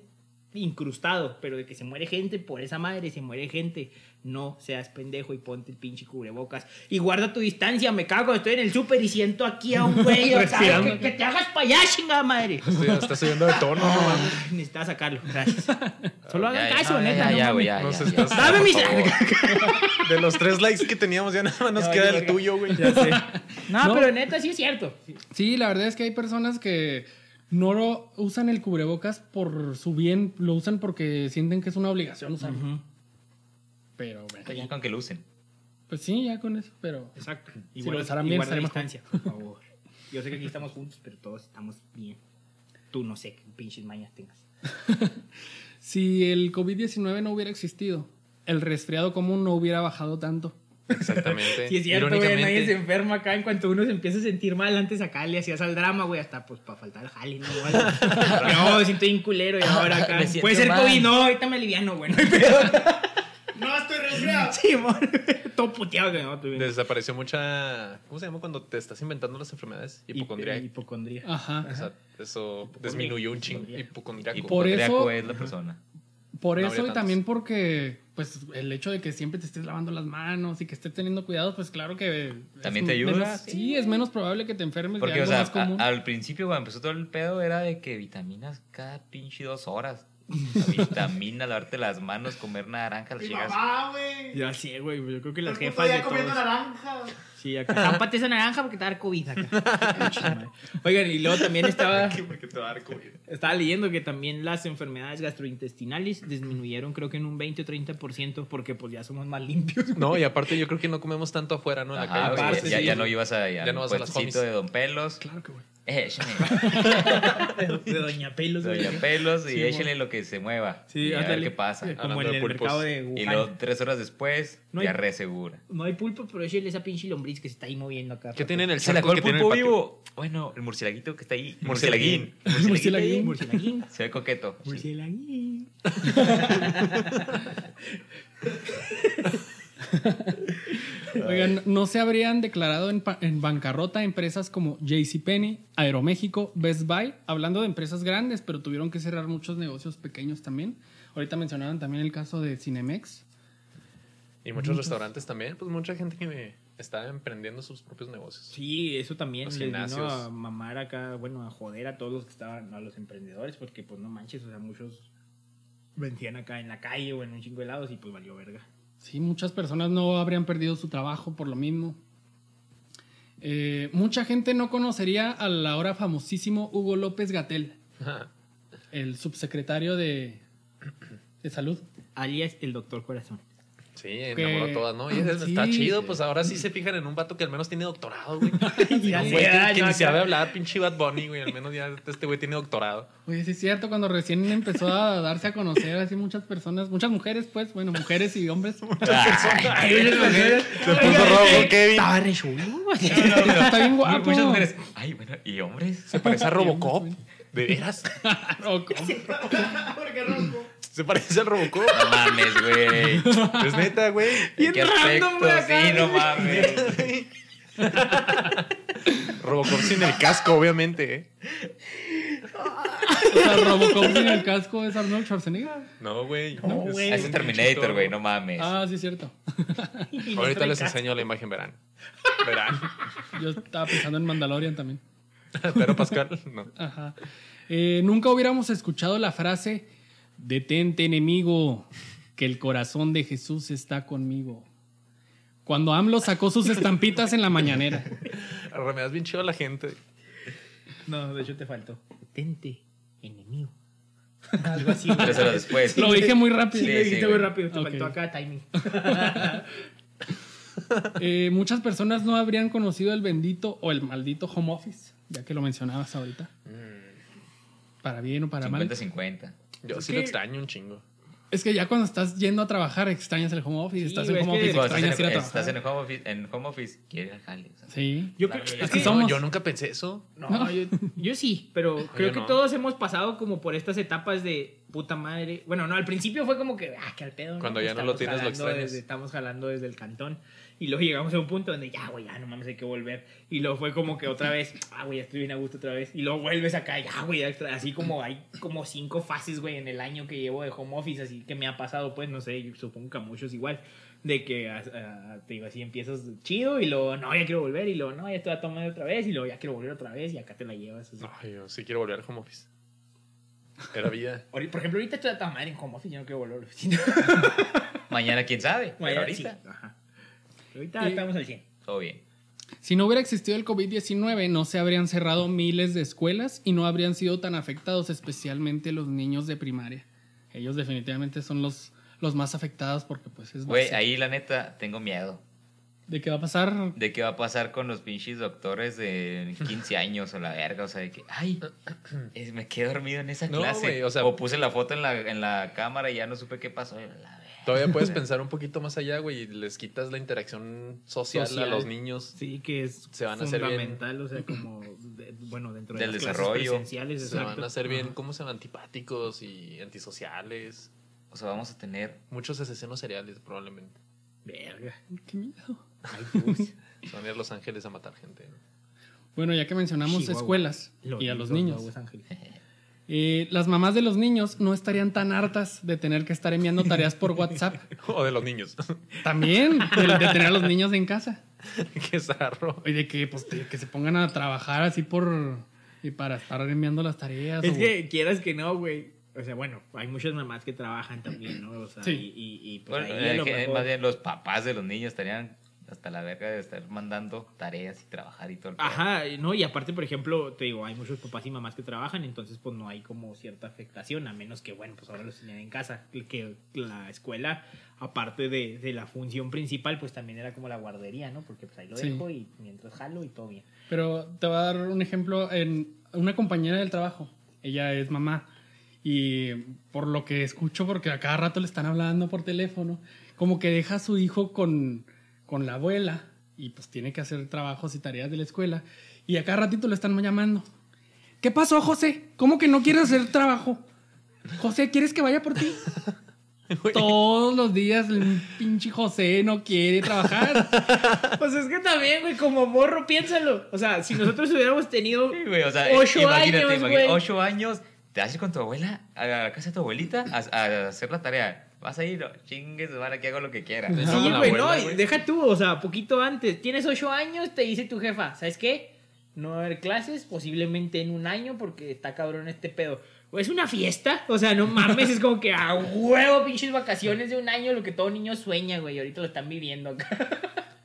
incrustado, pero de que se muere gente por esa madre, se muere gente. No seas pendejo y ponte el pinche cubrebocas y guarda tu distancia, me cago, estoy en el súper y siento aquí a un güey, o sea, Respirando. que, que te hagas pa' allá, chingada madre. Sí, está subiendo de tono, no mames. Ay, Necesitaba sacarlo, gracias. Ya, Solo hagan ya, caso, no, ya, Ya, neta, no ya, mames. güey, ya. Nos ya, estás- ya. Dame mis- Por favor. De los tres likes que teníamos, ya nada más nos Ya queda valió el verga. tuyo, güey. No, No. pero neta, sí es cierto. Sí, la verdad es que hay personas que no lo usan el cubrebocas por su bien, lo usan porque sienten que es una obligación usarlo. Pero bueno, Ya con que lucen. pues sí, ya con eso, pero Exacto. Si lo usaran bien, estaría mejor. distancia, por favor. Yo sé que aquí estamos juntos, pero todos estamos bien. Tú no sé qué pinches mañas tengas. si el COVID-19 no hubiera existido, el resfriado común no hubiera bajado tanto. Exactamente. Sí, es cierto, güey. Eh, Irónicamente, Nadie se enferma acá. En cuanto uno se empieza a sentir mal, antes acá le hacías al drama, güey. Hasta pues para faltar al jale, ¿no? O algo. no, siento bien culero y ahora acá. Me siento Puede ser mal. COVID, no, ahorita me aliviano, güey. No hay pedo. No estoy resfriado. Sí, amor. Todo puteado que no, estoy bien. Desapareció mucha. ¿Cómo se llama cuando te estás inventando las enfermedades? Hipocondría. Hipocondría. O Ajá. sea, eso disminuyó un chingo. Hipocondriaco. Por eso- es la persona. Por no eso habría y también porque, pues, el hecho de que siempre te estés lavando las manos y que estés teniendo cuidado, pues claro que... También es te ayuda, menos- sí. sí. es menos probable que te enfermes de Porque, o algo sea, más común. a- al principio cuando empezó todo el pedo era de que vitaminas cada pinche dos horas. La vitamina, lavarte las manos, comer naranja, las Mi llegas. mamá, güey. Ya sí, güey. Yo creo que Todo el las puto jefas día de comiendo todos. naranja. Sí, acá. Zámpate esa naranja porque te va a dar COVID acá. Oigan, y luego también estaba, Porque te va a dar COVID. estaba leyendo que también las enfermedades gastrointestinales disminuyeron creo que en un 20 o 30% porque pues ya somos más limpios. No, y aparte yo creo que no comemos tanto afuera, ¿no? En la Ajá, calle. güey, Aparte, ya, sí. ya no ibas a, Ya no vas a las homies. de Don Pelos. Claro que, güey. Eh, échale, De Doña Pelos. güey. Doña Pelos y Sí, échale lo que se mueva. Sí, y a ver ándale. qué pasa. Sí, Como Hablando en de el pulpos. mercado de Y Wuhan. luego tres horas después, No hay- ya resegura. No hay pulpo, pero échale esa pinche lombriz que se está ahí moviendo acá. ¿Qué tienen en el ¿Se la saco? cola ¿Qué el tiene en pulpo el patio? vivo? Bueno, el murcielaguito que está ahí. Murcielaguín. Murcielaguín. Murcielaguín. Murcielaguín. Se ve coqueto. Murcielaguín. Oigan, no se habrían declarado en, pa- en bancarrota empresas como JCPenney, Aeroméxico, Best Buy, hablando de empresas grandes, pero tuvieron que cerrar muchos negocios pequeños también. Ahorita mencionaron también el caso de Cinemex. Y muchos restaurantes también. Pues mucha gente que está emprendiendo sus propios negocios. Sí, eso también Los les vino gimnasios. a mamar acá, bueno, a joder a todos los que estaban, a los emprendedores, porque pues no manches, o sea, muchos vendían acá en la calle o en un chingo de lados y pues valió verga. Sí, muchas personas no habrían perdido su trabajo por lo mismo. Eh, mucha gente no conocería al ahora famosísimo Hugo López Gatel, el subsecretario de, de salud. Alias el doctor corazón. Sí, enamoró a todas, ¿no? Y ese Sí. está chido, pues ahora sí se fijan en un vato que al menos tiene doctorado, güey. Ya Un sé, güey que- ay, que no, ni sabe acá. hablar, pinche Bad Bunny, güey. Al menos ya este güey tiene doctorado. Oye, sí es cierto, cuando recién empezó a darse a conocer así muchas personas, muchas mujeres, pues, bueno, mujeres y hombres. Ay, Se puso rojo, Kevin. Estaba re chulo, güey. Está bien guapo. Muchas mujeres. Ay, bueno, y hombres. Se parece a Robocop. ¿De veras? O como- ¿Por qué rojo? ¿Se parece al Robocop? No mames, güey. Es Pues neta, güey. ¿En Bien qué random, aspecto? güey, acá, Sí, no güey. mames. Robocop sin el casco, obviamente, ¿eh? o sea, Robocop sin el casco es Arnold Schwarzenegger. No, güey. No, güey. Ah, Ese Terminator, güey, no mames. Ah, sí es cierto. Ahorita les enseño la imagen, verán. Verán. Yo estaba pensando en Mandalorian también. Pero Pascal, no. Ajá. Eh, nunca hubiéramos escuchado la frase, detente enemigo, que el corazón de Jesús está conmigo. Cuando AMLO sacó sus estampitas en la mañanera. Ahora Me das bien chido a la gente. No, de hecho te faltó. Tente, enemigo. Algo así. Tres horas después. Lo dije muy rápido. Sí, Lo dijiste güey. muy rápido, te Ok. faltó acá timing. Eh, muchas personas no habrían conocido el bendito o el maldito home office, ya que lo mencionabas ahorita. Mm. Para bien o para mal. 50-50. Yo Es sí lo que- extraño un chingo. Es que ya cuando estás yendo a trabajar extrañas el home office, Sí, estás en güey, es home que office, Cuando extrañas estás ir a en, trabajar. estás en home office, en home office, quiere ir al jale. o sea. Sí. Yo Claro, creo ya es que está. Somos- No, yo nunca pensé eso. No, No. Yo, yo sí, pero creo yo que no. todos hemos pasado como por estas etapas de puta madre. Bueno, no, al principio fue como que, ah, que al pedo. Cuando ya no Estamos lo tienes, lo jalando extrañas. desde- estamos jalando desde el cantón. Y luego llegamos a un punto donde ya, güey, ya no mames, hay que volver. Y luego fue como que otra vez, ah, güey, ya estoy bien a gusto otra vez. Y luego vuelves acá, ya, güey, ya extra- así como hay como cinco fases, güey, en el año que llevo de home office, así que me ha pasado, pues, no sé, yo supongo que a muchos igual. De que, ah, ah, te digo, así empiezas chido y luego, no, ya quiero volver. Y luego, no, ya estoy a tomar otra vez. Y luego, ya quiero volver otra vez. Y acá te la llevas. así. No, yo sí quiero volver al home office. Era vida. Ahori- Por ejemplo, ahorita estoy a toda madre en home office, yo no quiero volver a la oficina. Mañana, quién sabe. Pero Bueno, ahorita, sí, ajá. Ahorita Y- estamos al 100. todo bien. Si no hubiera existido el COVID-19, no se habrían cerrado miles de escuelas y no habrían sido tan afectados, especialmente los niños de primaria. Ellos definitivamente son los, los más afectados porque pues es Güey, básico. ahí la neta, tengo miedo. de qué va a pasar. de qué va a pasar con los pinches doctores de 15 años o la verga, o sea, de que, ay, es- me quedé dormido en esa No, clase. güey, o o, sea- puse la foto en la, en la cámara y ya no supe qué pasó. La verga. Todavía puedes Sí. pensar un poquito más allá, güey, y les quitas la interacción social, Social. a los niños. Sí, que es Se van a hacer fundamental, o sea, como, de- bueno, dentro de Del las desarrollo. clases presenciales, Se van exacto. a hacer bien, Ajá. ¿cómo se van? Antipáticos y antisociales. O sea, vamos a tener... Muchos asesinos seriales, probablemente. Verga. Qué miedo. Ay, Dios. Se van a ir a Los Ángeles a matar gente. ¿no? Bueno, ya que mencionamos Chihuahua. escuelas y a los niños. nuevos ángeles. Eh, las mamás de los niños no estarían tan hartas de tener que estar enviando tareas por WhatsApp. O de los niños. También de, de tener a los niños en casa. Qué zarro. Y de que, pues, de que se pongan a trabajar así por... Y para estar enviando las tareas. Es o- que quieras que no, güey. O sea, bueno, hay muchas mamás que trabajan también, ¿no? O sea, Sí. y, y, y, pues Bueno, ahí a eh, lo que mejor- más bien los papás de los niños estarían hasta la verga de estar mandando tareas y trabajar y todo. el pedo. Ajá, y no, y aparte, por ejemplo, te digo, hay muchos papás y mamás que trabajan, entonces pues no hay como cierta afectación, a menos que, bueno, pues ahora los tenían en casa, que la escuela, aparte de, de la función principal, pues también era como la guardería, ¿no? Porque pues ahí lo Sí. dejo y mientras jalo y todo bien. Pero te voy a dar un ejemplo en una compañera del trabajo. Ella es mamá. Y por lo que escucho, porque a cada rato le están hablando por teléfono, como que deja a su hijo con, con la abuela y pues tiene que hacer trabajos y tareas de la escuela. Y a cada ratito le están llamando. ¿Qué pasó, José? ¿Cómo que no quieres hacer trabajo? José, ¿quieres que vaya por ti? Todos los días el pinche José no quiere trabajar. Pues es que también, güey, como morro, piénsalo. O sea, si nosotros hubiéramos tenido... Sí, güey, o sea, Ocho imagínate, años, imagínate, güey. ocho años, te vas a ir con tu abuela a la casa de tu abuelita a, a hacer la tarea. Vas a ir, chingues, van aquí hago lo que quieras. Ajá. Sí, la güey, abuela, no, y güey. deja tú, o sea, poquito antes. Tienes ocho años, te dice tu jefa, ¿sabes qué? No va a haber clases, posiblemente en un año, porque está cabrón este pedo. Es una fiesta, o sea, no mames, es como que a huevo, pinches vacaciones de un año, lo que todo niño sueña, güey, ahorita lo están viviendo acá.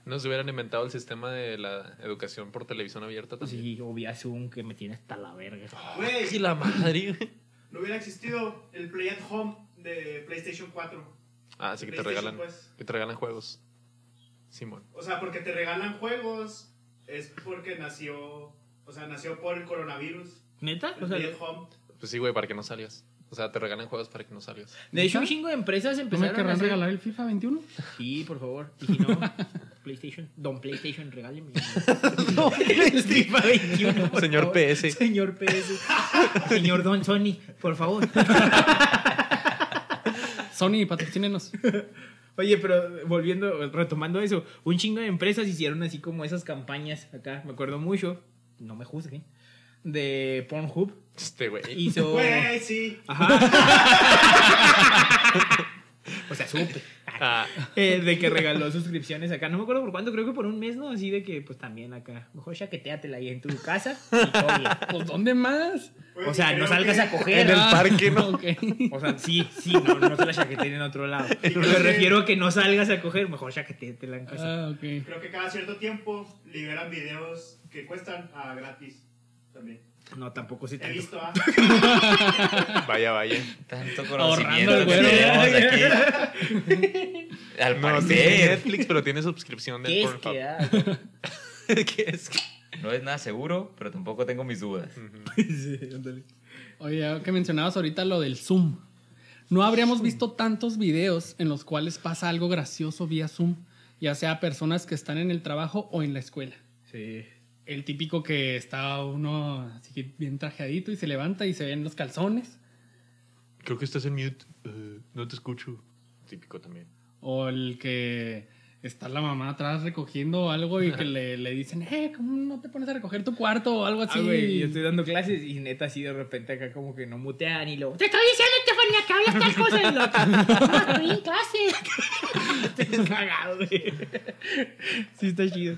No se hubieran inventado el sistema de la educación por televisión abierta también. Sí, obvio, Zoom, que me tiene hasta la verga. Güey, Sí, la madre, güey. no hubiera existido el Play at Home de PlayStation 4. Ah, sí que te PlayStation, regalan. pues. Que te regalan juegos. Simón. O sea, porque te regalan juegos, es porque nació, o sea, nació por el coronavirus. ¿Neta? El O sea, Play at Home. Pues sí, güey, para que no salgas. O sea, te regalan juegos para que no salgas. de hecho, un chingo de empresas ¿No me empezaron a querrán hacer- regalar el FIFA 21? Sí, por favor. Y si no, PlayStation, don PlayStation, regáleme. FIFA 21, por Señor favor. PS. Señor PS. Señor Don Sony, por favor. Sony, patrocínenos. Oye, pero volviendo, retomando eso, un chingo de empresas hicieron así como esas campañas acá, me acuerdo mucho, no me juzguen, de Pornhub. Este, güey. Hizo... Güey, sí. Ajá. o sea, supe. Ah, Eh, de que regaló suscripciones acá. No me acuerdo por cuánto, creo que por un mes, ¿no? Así de que, pues también acá. Mejor chaqueteatela ahí en tu casa. Y todo bien. Pues, ¿dónde más? Güey, O sea, creo no salgas que- a coger. En el Ah, parque, ¿no? ok. O sea, sí, sí, no, no te la chaqueteen en otro lado. Me Sí. refiero a que no salgas a coger, mejor chaqueteatela en casa. Ah, ok. Creo que cada cierto tiempo liberan videos que cuestan a gratis. También. No, tampoco sí He tanto. visto, ah. vaya, vaya. Tanto Ahorrando conocimiento el que güey. tenemos aquí. Al No, tiene parecer, Netflix, pero tiene suscripción de ¿Qué es que Pornhub. ah, ¿Qué es que? no es nada seguro, pero tampoco tengo mis dudas. Oye, ya que mencionabas ahorita lo del Zoom. No habríamos visto tantos videos en los cuales pasa algo gracioso vía Zoom, ya sea personas que están en el trabajo o en la escuela. Sí. El típico que está uno así que bien trajeadito y se levanta y se ven los calzones. Creo que estás en mute. Eh, no te escucho. Típico también. O el que está la mamá atrás recogiendo algo y que le, le dicen, eh, ¿cómo no te pones a recoger tu cuarto o algo Ah, así? güey, yo estoy dando clases y neta así de repente acá como que no mutean y luego... ¡Te estoy diciendo, Estefanía, que hablas tal cosa! Y lo... ¡No, estoy en clase! estoy cagado, güey. Sí, está chido.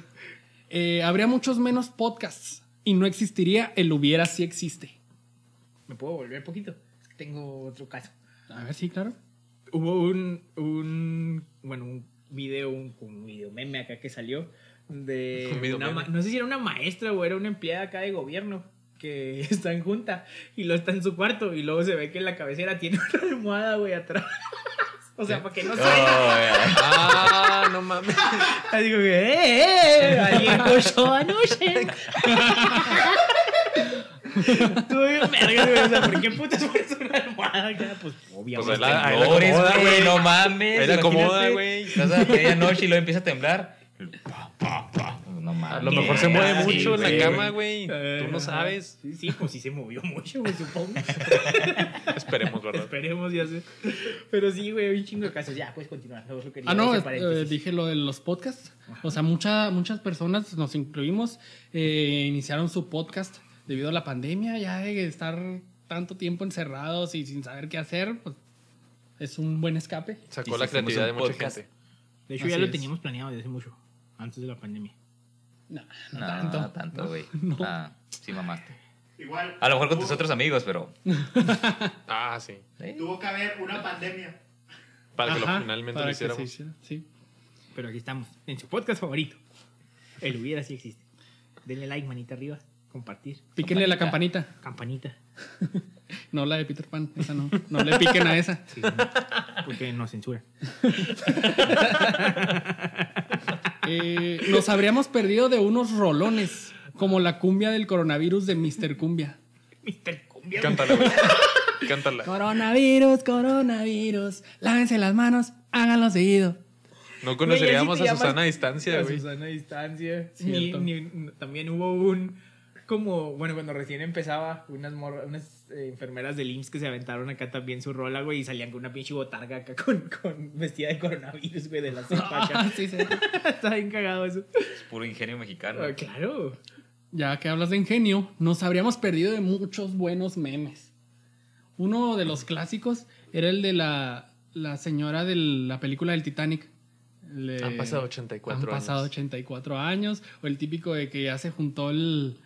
Eh, habría muchos menos podcasts y no existiría el hubiera si existe. ¿Me puedo volver poquito? Es que tengo otro caso. A ver, sí, claro. Hubo un, un bueno, un video, un, un video meme acá que salió de Un video una meme. ma- no sé si era una maestra o era una empleada acá de gobierno que están junta y lo está en su cuarto y luego se ve que en la cabecera tiene una almohada, güey, atrás. O sea, para que no Oh, suene. ya. Ah, no mames. Así como que, ¡eh, eh! eh, Alguien cochó anoche. Tú, verga, güey, o sea, ¿por qué putas pones una almohada acá? Pues, obviamente. Pues, la- ahí la Señores, acomoda, güey, güey. No mames. Ahí la acomoda, imagínate, güey. Estás a medianoche y luego empieza a temblar. Pa, pa, pa. No mames. A lo mejor se mueve Ah, Sí, mucho en güey. la cama, güey. Eh, Tú no sabes. Sí, sí, pues sí se movió mucho, güey, supongo. Esperemos, ¿verdad? Esperemos, ya sé. Pero sí, güey, un chingo de casos. Ya, puedes continuar. No, solo quería Ah, no, ese eh, paréntesis. dije lo de los podcasts. O sea, mucha- muchas personas, nos incluimos, eh, iniciaron su podcast debido a la pandemia, ya de estar tanto tiempo encerrados y sin saber qué hacer, pues es un buen escape. Sacó la creatividad de mucha gente. De hecho, así ya lo es. teníamos planeado desde hace mucho, antes de la pandemia. No, no, No, tanto. no tanto, güey. Ah, sí mamaste. Igual. A lo mejor con tuvo- tus otros amigos, pero... Ah, sí. eh, Tuvo que haber una pandemia. Para que Ajá, lo finalmente para lo que se hiciéramos. hiciera, sí. Pero aquí estamos, en su podcast favorito. El hubiera sí existe. Denle like, manita arriba, compartir, Píquenle a la campanita, campanita. no la de Peter Pan, esa no. No le piquen a esa. Sí, porque nos censura. Eh, nos habríamos perdido de unos rolones, como la cumbia del coronavirus de Mr. Cumbia. Mr. Cumbia. Cántala, güey. Cántala. Coronavirus, coronavirus, lávense las manos, háganlo seguido. No Güey, ya si conoceríamos te a llamas- Susana a distancia, a güey. Susana a distancia. Ni, Cierto. ni- también hubo un. Como, bueno, cuando recién empezaba, unas, morra- unas eh, enfermeras del IMSS que se aventaron acá también su rola, güey, y salían con una pinche botarga acá con, con vestida de coronavirus, güey, de la cepacha. Sí, sí. Está bien cagado eso. Es puro ingenio mexicano. Ah, claro. Ya que hablas de ingenio, nos habríamos perdido de muchos buenos memes. Uno de los clásicos era el de la, la señora de la película del Titanic. Le- Han pasado 84 Han pasado años. 84 años. O el típico de que ya se juntó el,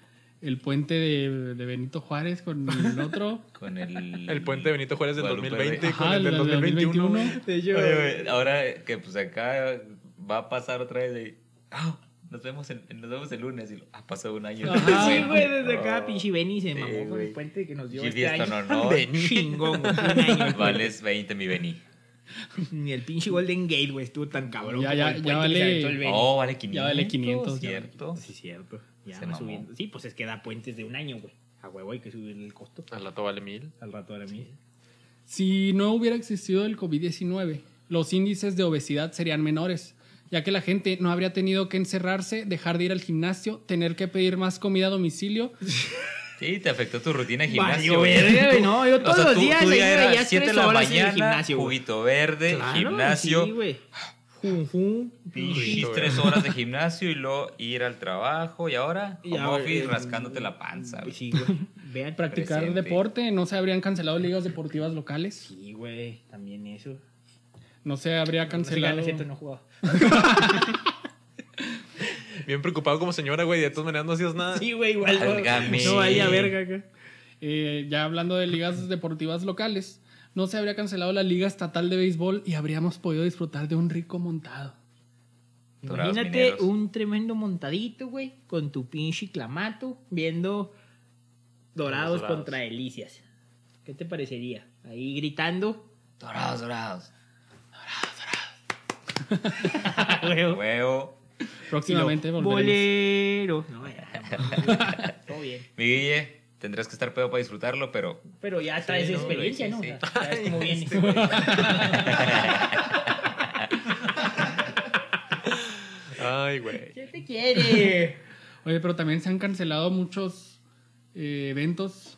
el puente de, de Benito Juárez con el otro. Con el... El puente de Benito Juárez del Guadalupe 2020 Reyes. con Ajá, el del el del 2021. 2021. De hecho, Oye, güey, ahora que pues acá va a pasar otra vez de... "Ah, nos, vemos el, nos vemos el lunes. Y lo- ha pasado un año. Ajá. Ah, sí, güey, desde acá, No. pinche Benny se Ah, Sí, mamó con güey. el puente que nos dio Y este esto año. no, no. Chingón, güey, un año. Oh, Vales 20, mi Beni. Ni el pinche Golden Gate, güey, estuvo tan cabrón. Ya, como ya, ya el puente que vale- se aventó el Benny. Oh, vale 500. vale 500, ya vale Cierto. Sí, cierto. Ya Se va mamó. subiendo. Sí, pues es que da puentes de un año, güey. A huevo hay que subir el costo. Al rato vale mil. Al rato era mí. Si no hubiera existido el COVID-19, los índices de obesidad serían menores, ya que la gente no habría tenido que encerrarse, dejar de ir al gimnasio, tener que pedir más comida a domicilio. Sí, te afectó tu rutina de gimnasio. Valió verga, güey, Tú- no, yo o todos sea, los tú- días tú le ya iba eras ya siete de tres la horas en el mañana, gimnasio, güey. juguito verde, Claro, gimnasio, Sí, güey. Jun, jun. pinches güey. tres horas de gimnasio y luego ir al trabajo y ahora Y home ahora, office eh, mm, rascándote la panza. güey. Sí, güey. Vean, Practicar Presente. deporte, no se habrían cancelado ligas deportivas locales, Sí, güey, también eso. no se habría cancelado. No sé, no he jugado. Bien preocupado como señora, güey. De todas maneras no hacías nada. Sí, güey, igual. güey. Válgame. No vaya verga acá. Eh, ya hablando de ligas deportivas locales, no se habría cancelado la Liga Estatal de Béisbol y habríamos podido disfrutar de un rico montado. Dorados Imagínate mineros. un tremendo montadito, güey, con tu pinche clamato, viendo dorados, Dorados. contra delicias. ¿Qué te parecería? Ahí gritando. Dorados, dorados. Huevo. Huevo. Próximamente volveremos. Bolero. No, ya, no, todo bien. Mi Guille, tendrás que estar pedo para disfrutarlo, pero Pero ya traes no, experiencia, sí, ¿no? sí. O sea, sabes cómo vienes. Ay, güey. ¿Qué te quiere? Oye, pero también se han cancelado muchos eh, eventos.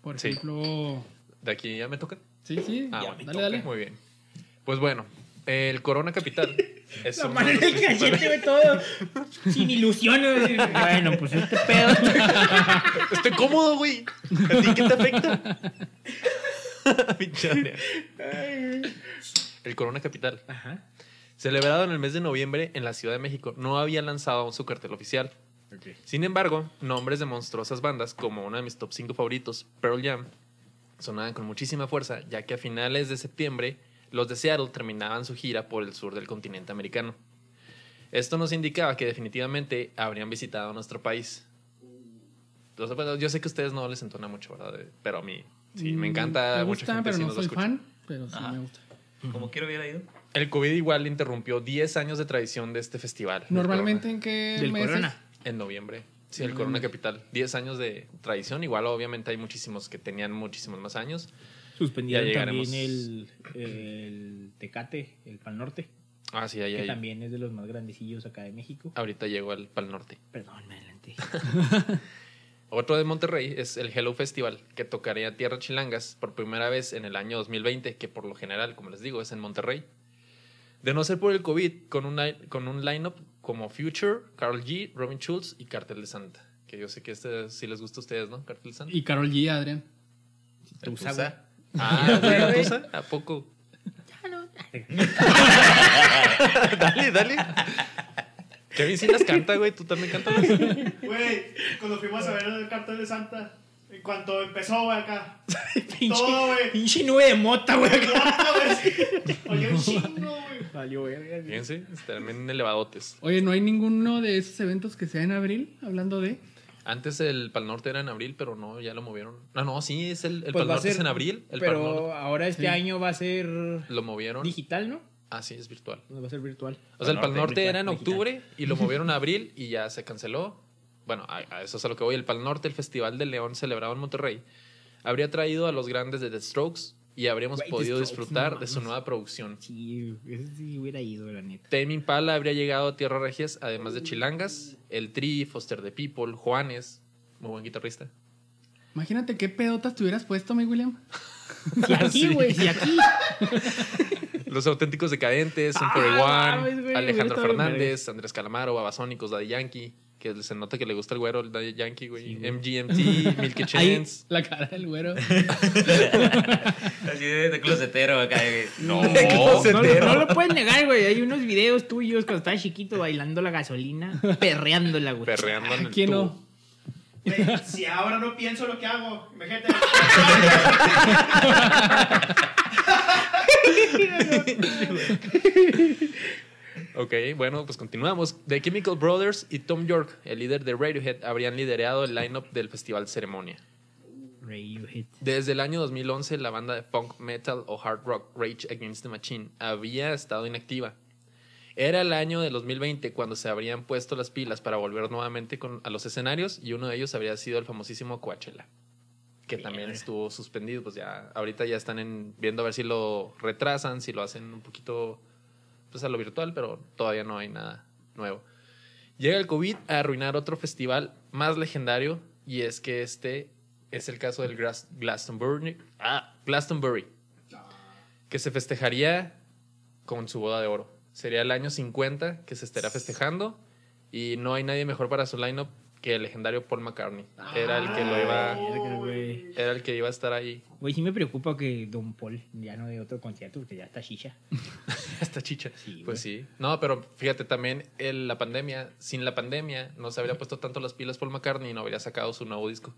Por Sí. ejemplo. ¿De aquí ya me toca? Sí, sí. Ah, ya, bueno. dale, dale. Muy bien. Pues bueno, el Corona Capital es La uno mano de en los el cachete, güey, todo. Sin ilusiones. Bueno, pues este pedo. principales- Estoy cómodo, güey. ¿A ti qué te afecta? Pinche Adrián. el Corona Capital. Ajá. Celebrado en el mes de noviembre en la Ciudad de México, no había lanzado aún su cartel oficial. Sin embargo, nombres de monstruosas bandas como una de mis top 5 favoritos, Pearl Jam, sonaban con muchísima fuerza, ya que a finales de septiembre los de Seattle terminaban su gira por el sur del continente americano. Esto nos indicaba que definitivamente habrían visitado nuestro país. Entonces, bueno, yo sé que a ustedes no les entona mucho, ¿verdad? Pero a mí sí, me encanta. Mm, Me mucha gusta, gente pero sí no nos lo soy escucha. fan. Pero sí Ajá. me gusta. como quiero hubiera ido. El COVID igual interrumpió 10 años de tradición de este festival. del Normalmente, ¿en qué Del meses? corona. En noviembre. Sí, el Mm. Corona Capital. 10 años de tradición. Igual, obviamente, hay muchísimos que tenían muchísimos más años. Suspendieron Ya también el, llegaremos. el Tecate, el Pal Norte, Ah, sí, ahí, que ahí. también es de los más grandecillos acá de México. Ahorita llegó al Pal Norte. Perdón, me adelanté. Otro de Monterrey es el Hello Festival, que tocaría Tierra Chilangas por primera vez en el año 2020, que por lo general, como les digo, es en Monterrey. De no ser por el COVID, con un, li- con un lineup como Future, Carl G, Robin Schulz y Cartel de Santa. Que yo sé que este sí les gusta a ustedes, ¿no? Cartel de Santa. Y Carol G, Adrián. El Tusa, Tusa. Ah, güey, ¿la tusa? ¿A poco? dale, dale. Kevin sí las canta, güey. Tú también cantas. Güey, cuando fuimos a ver el cartel de Santa, en cuanto empezó, güey, acá. Todo, güey. Pinche nube de mota, güey. Guata, güey. Oye, un chingo, güey. Valió verga. güey. Fíjense, también elevadotes. Oye, ¿no hay ninguno de esos eventos que sea en abril? Hablando de. Antes el Pal Norte era en abril, pero no, ya lo movieron. No, no, sí, es el, el Pues Pal va a Norte es ser- en abril. El Pal Pero Norte ahora este Sí. año va a ser lo movieron. digital, ¿no? Ah, sí, es virtual. Va a ser virtual. O sea, el Pal Pal Norte, Norte era en virtual, digital. octubre y lo movieron a abril y ya se canceló. Bueno, a, a eso es a lo que voy. El Pal Norte, el Festival de León celebrado en Monterrey, habría traído a los grandes de The Strokes y habríamos Güey, The podido Strokes, disfrutar no de su mames. nueva producción. Sí, ese sí hubiera ido, la neta. Tame Impala habría llegado a Tierra Regias, además de Chilangas, El Tri, Foster the People, Juanes, muy buen guitarrista. Imagínate qué pedotas te hubieras puesto, mi William. Si Ah, aquí, güey, si aquí. Los auténticos decadentes, Ah, Century One, mames, güey, Alejandro hubiera estado bien Fernández, Andrés Calamaro, Babasónicos, Daddy Yankee, que se nota que le gusta el güero, el Daddy Yankee, güey. Sí, güey. MGMT, Milky Chance. La cara del güero. Así de, de closetero acá. de- No. No, lo- no lo puedes negar, güey. Hay unos videos tuyos cuando estabas chiquito bailando la gasolina, perreándola, güey. Perreando en el ¿Quién tubo. no? Güey, si ahora no pienso lo que hago, imagínate. Ok, bueno, pues continuamos. The Chemical Brothers y Tom York, el líder de Radiohead, habrían liderado el line-up del festival Ceremonia. Radiohead. Desde el año 2011, la banda de punk metal o hard rock Rage Against the Machine había estado inactiva. Era el año de 2020 cuando se habrían puesto las pilas para volver nuevamente con- a los escenarios y uno de ellos habría sido el famosísimo Coachella, que también estuvo suspendido. Pues ya, ahorita ya están en- viendo a ver si lo retrasan, si lo hacen un poquito pues, a lo virtual, pero todavía no hay nada nuevo. Llega el COVID a arruinar otro festival más legendario y es que este es el caso del Gras- Glastonbury, ah, Glastonbury, que se festejaría con su boda de oro. Sería el año 50 que se estará festejando y no hay nadie mejor para su lineup que el legendario Paul McCartney. Era el que lo iba, Verga, güey. era el que iba a estar ahí. Güey, sí me preocupa que Don Paul ya no dé otro concierto porque ya está chicha. Esta chicha. Sí, pues sí. No, pero fíjate también, el- la pandemia, sin la pandemia, no se habría puesto tanto las pilas Paul McCartney y no habría sacado su nuevo disco,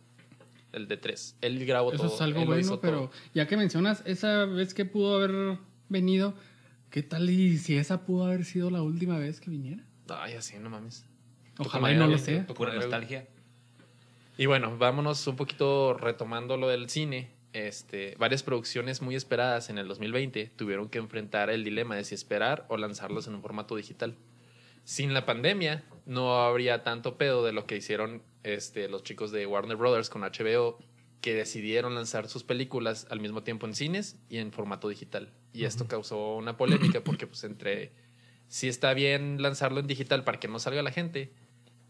el de tres. Él grabó Eso todo. es algo él lo hizo bueno, todo. pero ya que mencionas esa vez que pudo haber venido, ¿qué tal y si esa pudo haber sido la última vez que viniera? Ay, así, no mames. Ojalá y no lo sea. Pura nostalgia. Y bueno, vámonos un poquito retomando lo del cine. Este, varias producciones muy esperadas en el 2020 tuvieron que enfrentar el dilema de si esperar o lanzarlos en un formato digital. Sin la pandemia no habría tanto pedo de lo que hicieron este, los chicos de Warner Brothers con HBO que decidieron lanzar sus películas al mismo tiempo en cines y en formato digital. Y esto causó una polémica porque pues entre si está bien lanzarlo en digital para que no salga la gente,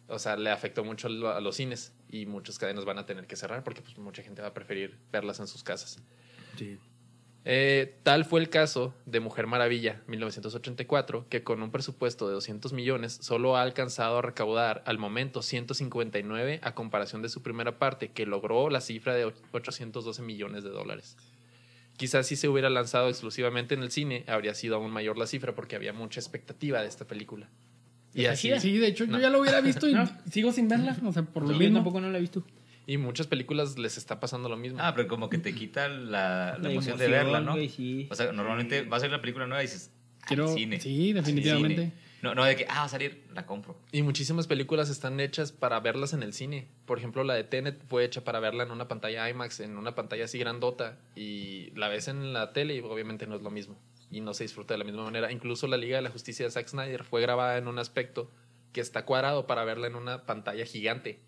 o sea, le afectó mucho al- a los cines y muchas cadenas van a tener que cerrar porque pues, mucha gente va a preferir verlas en sus casas. Eh, tal fue el caso de Mujer Maravilla, 1984, que con un presupuesto de 200 millones solo ha alcanzado a recaudar al momento 159 a comparación de su primera parte, que logró la cifra de och- 812 millones de dólares. Quizás si se hubiera lanzado exclusivamente en el cine, habría sido aún mayor la cifra porque había mucha expectativa de esta película. Pues Y Está así, chida. Sí, de hecho, No. yo ya lo hubiera visto y No. sigo sin verla. O sea, por lo Yo mismo. tampoco no la he visto. Y muchas películas les está pasando lo mismo. Ah, pero como que te quita la, la La emoción, de emoción, verla, ¿no? güey, sí. Pues- O sea, normalmente vas a ver la película nueva y dices, ah, Quiero- cine. sí, definitivamente. Cine. No, no, de que, ah, va a salir, la compro. Y muchísimas películas están hechas para verlas en el cine. Por ejemplo, la de Tenet fue hecha para verla en una pantalla IMAX, en una pantalla así grandota. Y la ves en la tele y obviamente no es lo mismo. Y no se disfruta de la misma manera. Incluso la Liga de la Justicia de Zack Snyder fue grabada en un aspecto que está cuadrado para verla en una pantalla gigante.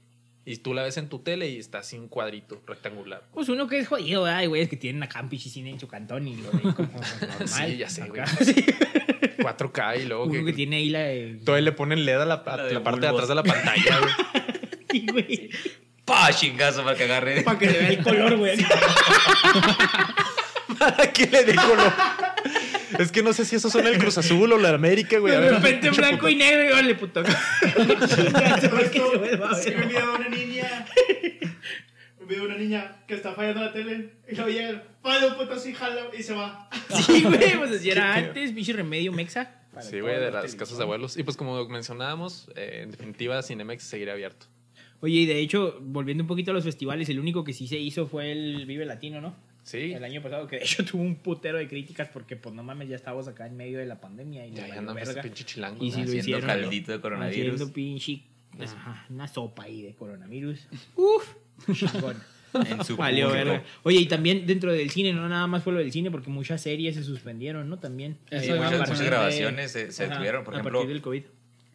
Y tú la ves en tu tele y está así un cuadrito rectangular. Pues uno que es jodido, ¿verdad? Hay güeyes que tienen acá un pinche cine en su cantón y lo ven como normal. Sí, ya sé, güey. Acá, sí. 4K y luego Uno que que... tiene ahí la de... Todavía le ponen LED a la, a La de la parte de Bulbos. atrás de la pantalla. güey. Sí, güey. ¡Pah! Chingazo para que agarre. Para que le vea el color, güey. ¿Para qué le digo lo? Es que no sé si eso son el Cruz Azul o la América, güey. A De ver, repente pinche blanco y negro y órale, puto. Chingazo, güey, que se vuelva a Sí, ver. un video de una niña. Un video de una niña que está fallando la tele. Y lo llega, falla un puto así, jala y se va. Sí, güey, pues así era antes, pinche remedio mexa. puta. Sí, güey, de las casas de abuelos. Y pues como mencionábamos, eh, en definitiva, Cinemex seguirá abierto. Oye, y de hecho, volviendo un poquito a los festivales, el único que sí se hizo fue el Vive Latino, ¿no? Sí, El año pasado, que de hecho tuvo un putero de críticas porque, pues, no mames, ya estábamos acá en medio de la pandemia ya, y nos ya valió andamos ese verga. pinche chilango. Y sí lo Haciendo hicieron. caldito de ¿no? coronavirus. Haciendo pinche... pues, ajá, una sopa ahí de coronavirus. Uf, chingón. En su Valió público. verga. Oye, y también dentro del cine, no nada más fue lo del cine, porque muchas series se suspendieron, ¿no? También. Eh, Eso Y iba a muchas, mencionar. muchas de- grabaciones se, se Ajá, detuvieron, por a ejemplo. partir del COVID.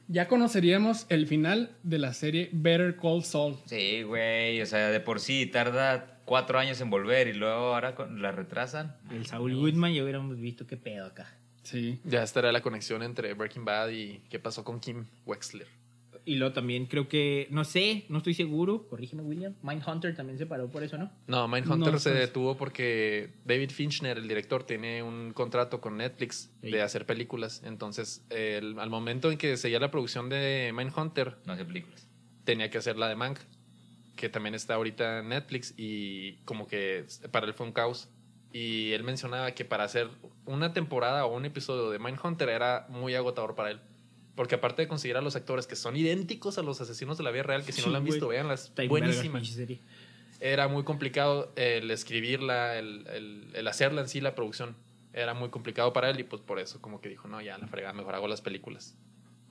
Ya conoceríamos el final de la serie Better Call Saul. Sí, güey, o sea, de por sí tarda cuatro años en volver y luego ahora con- la retrasan. El Saul Goodman ya hubiéramos visto qué pedo acá. Sí. Ya estará la conexión entre Breaking Bad y qué pasó con Kim Wexler. Y luego también creo que, no sé, no estoy seguro, corrígeme William, Mindhunter también se paró por eso, ¿no? No, Mindhunter No, se pues- detuvo porque David Finchner, el director, tiene un contrato con Netflix Sí. de hacer películas. Entonces, el- al momento en que seguía la producción de Mindhunter, No hace películas. tenía que hacer la de Mank, que también está ahorita en Netflix y como que para él fue un caos. Y él mencionaba que para hacer una temporada o un episodio de Mindhunter era muy agotador para él. Porque aparte de conseguir a los actores que son idénticos a los asesinos de la vida real, que si no Sí, la han visto, güey. vean las Está bien vergas, buenísimas. pinche serie. Era muy complicado el escribirla, el, el- el hacerla en sí, la producción. Era muy complicado para él y pues por eso como que dijo, no, ya la fregada, mejor hago las películas.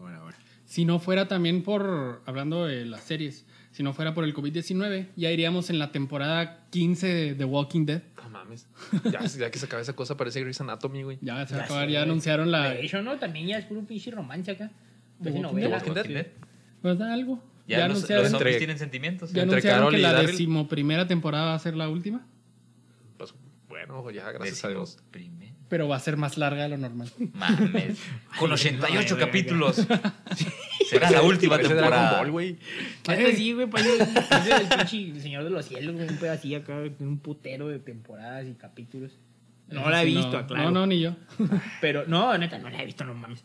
Ahora, ahora. Si no fuera también por, hablando de las series, si no fuera por el COVID-19, ya iríamos en la temporada 15 de The Walking Dead. No mames. Ya, ya que se acaba esa cosa, parece Grey's Anatomy, güey. Ya se va Ya a acabar, sé, ya güey. anunciaron la... De hecho, ¿no? También ya es puro pinche romance acá. The Pues Walking novela. Dead. Pues da algo. Ya, los, los anunciaron, zombies Entre- tienen sentimientos. ya entre anunciaron Carol que y la Daryl. decimoprimera temporada va a ser la última, Pues bueno, ya, gracias a Dios. Decimoprimer- pero va a ser más larga de lo normal. Mames. Con 88 no, capítulos. Será la última Parece Dragon temporada. Ball, güey. Neta, sí, güey, parece parece el pinche el Señor de los Cielos, güey, un pedacillo acá, un putero de temporadas y capítulos. No Eso la he sí, visto, aclaro. No, no, ni yo. Pero, no, neta, no la he visto, no mames.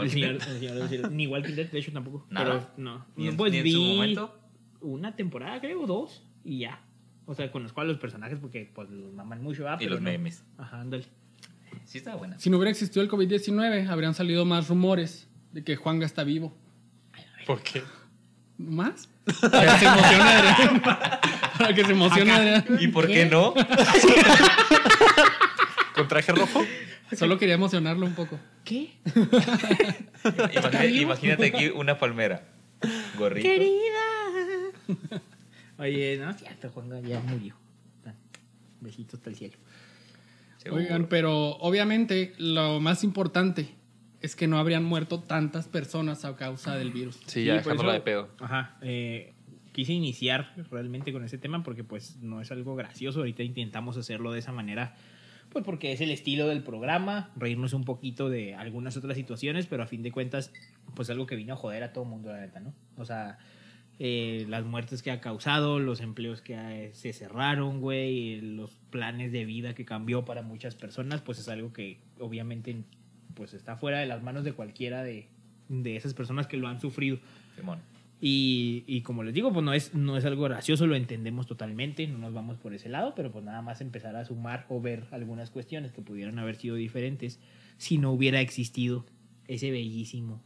El señor, el señor de los Cielos. Ni Walking Dead, de hecho, tampoco. Nada. Pero, no. Ni en- pues ni en vi su momento. una temporada, creo, dos, y ya. O sea, con los cuales los personajes, porque pues los maman mucho, ¿verdad? Y Pero los no. memes. Ajá, ándale. Sí, está buena. Si no hubiera existido el COVID-19, habrían salido más rumores de que Juanga está vivo. ¿Por qué? ¿Más? Para que se emocione Adrián. Para que se emocione Adrián. ¿Y por qué no? ¿Con traje rojo? Solo quería emocionarlo un poco. ¿Qué? Imagínate, imagínate aquí una palmera. Gorrito. Querida. Oye, no es cierto, Juanga ya murió. Besitos hasta el cielo. seguro. Oigan, pero obviamente lo más importante es que no habrían muerto tantas personas a causa del virus. Sí, ya por dejándola de eso- pedo. Ajá. eh, quise iniciar realmente con ese tema porque pues no es algo gracioso. Ahorita intentamos hacerlo de esa manera. Pues porque es el estilo del programa, reírnos un poquito de algunas otras situaciones, pero a fin de cuentas, pues algo que vino a joder a todo mundo, la neta, ¿no? O sea, eh, las muertes que ha causado, los empleos que ha- se cerraron, güey, los planes de vida que cambió para muchas personas, pues es algo que obviamente pues está fuera de las manos de cualquiera de, de esas personas que lo han sufrido. Simón. Y, y como les digo, pues no es, no es algo gracioso, lo entendemos totalmente, no nos vamos por ese lado, pero pues nada más empezar a sumar o ver algunas cuestiones que pudieran haber sido diferentes si no hubiera existido ese bellísimo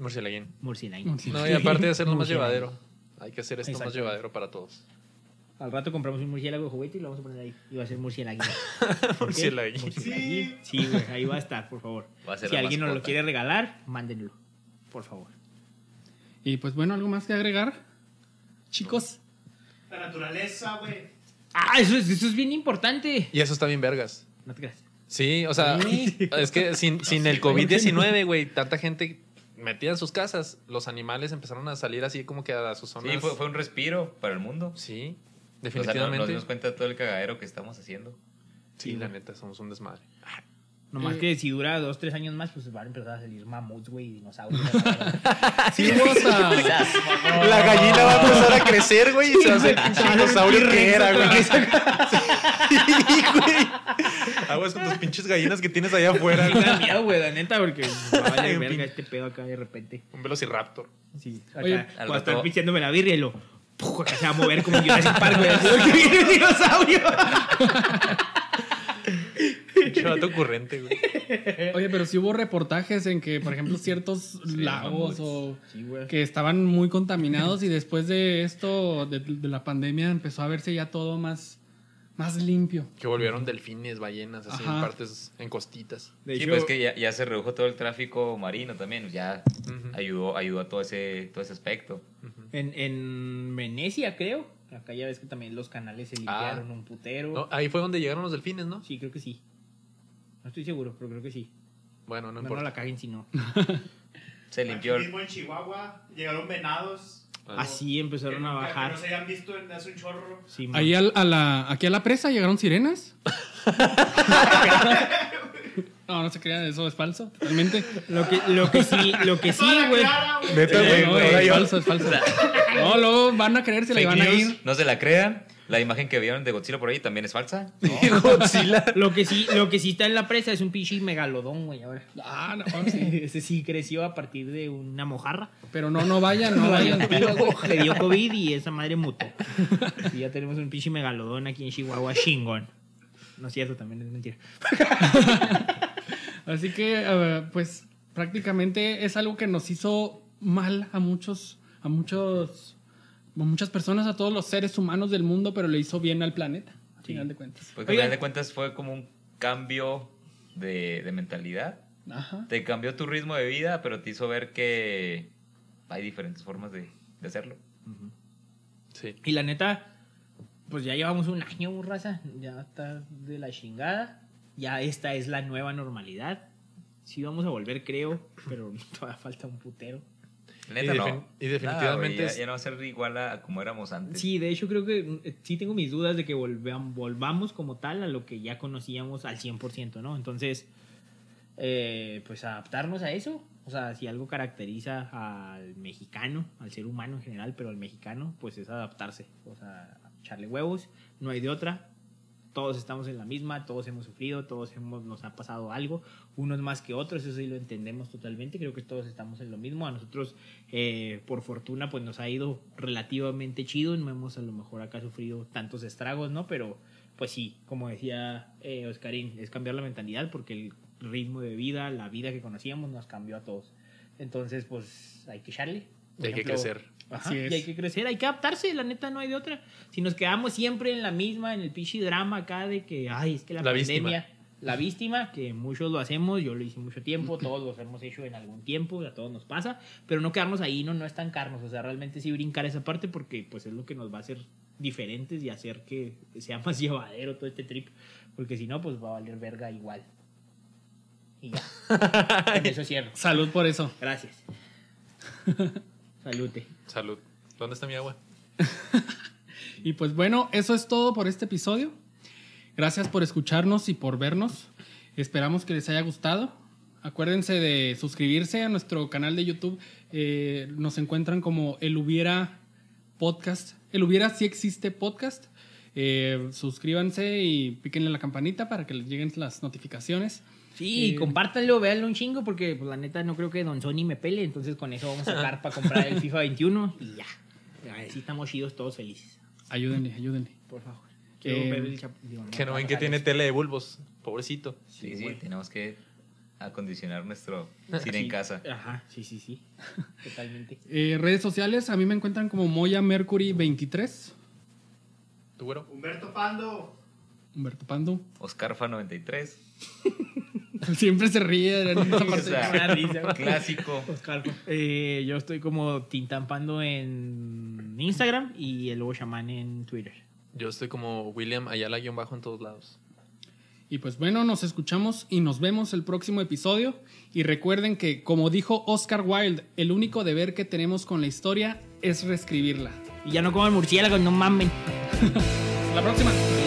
Murcielaguín. murciélago. No, y aparte de hacerlo más Murciélago. llevadero. Hay que hacer esto más Exacto. llevadero para todos. Al rato compramos un murciélago de juguete y lo vamos a poner ahí. Y va a ser murciélago. Murciélaguín. Sí, sí, güey, ahí va a estar, por favor. Va a ser si la alguien nos lo mascota. quiere regalar, mándenlo, por favor. Y pues bueno, algo más que agregar. Chicos, La naturaleza, güey. Ah, eso es, eso es bien importante. Y eso está bien vergas. No te creas. Sí, o sea, es que sin, sin el COVID-19, güey, tanta gente metida en sus casas, los animales empezaron a salir así como que a sus zonas. Sí, fue, fue un respiro para el mundo. Sí, O sea, no- nos definitivamente. dimos cuenta de todo el cagadero que estamos haciendo. sí, la neta, somos un desmadre. Nomás Eh. que si dura dos, tres años más, pues van a empezar a salir mamuts, güey, y dinosaurios. sí hubo hasta, La gallina va a empezar a crecer, güey, y se va a hacer el pinche dinosaurio que era, güey. Sí, güey. Aguas con tus pinches gallinas que tienes allá afuera, Sí, me da miedo, güey, la neta, porque va a valer En fin. verga este pedo acá de repente. Un velociraptor. Sí, acá, Oye, al cuando rato- están pinchándome la birria y lo... puf, acá se va a mover como en Jurassic Park, güey. así de que viene un dinosaurio! Pinche vato ocurrente, güey. oye, pero sí hubo reportajes en que, por ejemplo, ciertos lagos mamuts. o Sí, güey. que estaban muy contaminados y después de esto, de, de la pandemia, empezó a verse ya todo más, más limpio. Que volvieron delfines, ballenas, así en Ajá. partes, en costitas. De sí, hecho, pues es que ya, ya se redujo todo el tráfico marino también. Ya Ujú. ayudó, ayudó a todo ese, todo ese aspecto. en, en Venecia, creo. Acá ya ves que también los canales Ah. se limpiaron un putero. No, ahí fue donde llegaron los delfines, ¿no? Sí, creo que sí. No estoy seguro, pero creo que sí. Bueno, no No, no importa. la caguen si no. Se limpió. Aquí el- mismo en Chihuahua llegaron venados. Así empezaron a Que bajar. No se habían visto en hace un chorro. Sí, man. Ahí al- a la, aquí a la presa llegaron sirenas. no, no se crean, eso es falso, totalmente. Lo que, lo que sí, lo que sí, Toda la güey. clara, güey. Neta, Sí, güey, No, güey, no, ahora es yo- falso, es falso. No, luego van a creérsela y Fake van a news, ir. no se la crean. La imagen que vieron de Godzilla por ahí también es falsa. Godzilla. Lo que sí, lo que sí está en la presa es un pinche megalodón, güey, ahora. Ah, no, ahora sí. Ese sí creció a partir de una mojarra. Pero no, no vayan, no vayan. Le dio COVID y esa madre mutó. Y ya tenemos un pinche megalodón aquí en Chihuahua, chingón. No es cierto, también es mentira. Así que, eh, pues, prácticamente es algo que nos hizo mal a muchos, a muchos, a muchas personas, a todos los seres humanos del mundo, pero le hizo bien al planeta, al final de cuentas. Porque al Oigan. final de cuentas fue como un cambio de, de mentalidad. Ajá. Te cambió tu ritmo de vida, pero te hizo ver que hay diferentes formas de, de hacerlo. Sí. Y la neta, pues ya llevamos un año, raza. Ya está de la chingada. Ya esta es la nueva normalidad. Sí vamos a volver, creo, pero todavía falta un putero. La neta, Y no. defin- y Nada, definitivamente güey, es- ya, ya no va a ser igual a como éramos antes. Sí, de hecho creo que eh, sí tengo mis dudas de que volvean- volvamos como tal a lo que ya conocíamos al 100%, ¿no? Entonces, eh, pues adaptarnos a eso. O sea, si algo caracteriza al mexicano, al ser humano en general, pero al mexicano, pues es adaptarse. O sea, echarle huevos, no hay de otra. Todos estamos en la misma, todos hemos sufrido, todos hemos, nos ha pasado algo, unos más que otros, eso sí lo entendemos totalmente, creo que todos estamos en lo mismo, a nosotros eh, por fortuna, pues nos ha ido relativamente chido. No hemos a lo mejor acá sufrido tantos estragos, ¿no? Pero pues sí, como decía eh, Oscarín, es cambiar la mentalidad porque el ritmo de vida, la vida que conocíamos, nos cambió a todos. Entonces, pues hay que echarle. Por Hay que crecer. Ajá, Así es. Y hay que crecer, hay que adaptarse, la neta no hay de otra. Si nos quedamos siempre en la misma, en el pichi drama acá de que, ay, es que la, La pandemia, víctima. la víctima, que muchos lo hacemos, yo lo hice mucho tiempo, todos los hemos hecho en algún tiempo, a todos nos pasa, pero no quedarnos ahí, no, no estancarnos, o sea, realmente sí brincar esa parte porque pues es lo que nos va a hacer diferentes y hacer que sea más llevadero todo este trip, porque si no, pues va a valer verga igual. Y ya. Con eso cierro. Salud por eso. Gracias. Salute. Salud. ¿Dónde está mi agua? Y pues bueno, eso es todo por este episodio. Gracias por escucharnos y por vernos. Esperamos que les haya gustado. Acuérdense de suscribirse a nuestro canal de YouTube. Eh, nos encuentran como El Hubiera Podcast. El Hubiera sí existe podcast. Eh, suscríbanse y píquenle la campanita para que les lleguen las notificaciones. Sí, Eh, compártanlo, véanlo un chingo, porque pues, la neta no creo que Don Sony me pele, entonces con eso vamos a sacar para comprar el FIFA 21 y ya. Así estamos chidos, todos felices. Ayúdenle, ayúdenle. Por favor. Eh, chap- digo, Que no ven Rafa que tiene Jales. tele de bulbos. Pobrecito. Sí, Sí, sí, güey. tenemos que acondicionar nuestro cine en Sí, casa. Ajá, sí, sí, sí. Totalmente. Eh, redes sociales, a mí me encuentran como Moya Mercury 23. ¿Tú, güero? Humberto Pando. Humberto Pando. Oscarfa 93, Siempre se ríe. en esa parte. O sea, Una risa, güey. clásico. Oscar. Eh, yo estoy como tintampando en Instagram y el lobo chamán en Twitter. Yo estoy como William Ayala-bajo en todos lados. Y pues bueno, nos escuchamos y nos vemos el próximo episodio. Y recuerden que, como dijo Oscar Wilde, el único deber que tenemos con la historia es reescribirla. Y ya no coman murciélagos, no mamen. Hasta la próxima.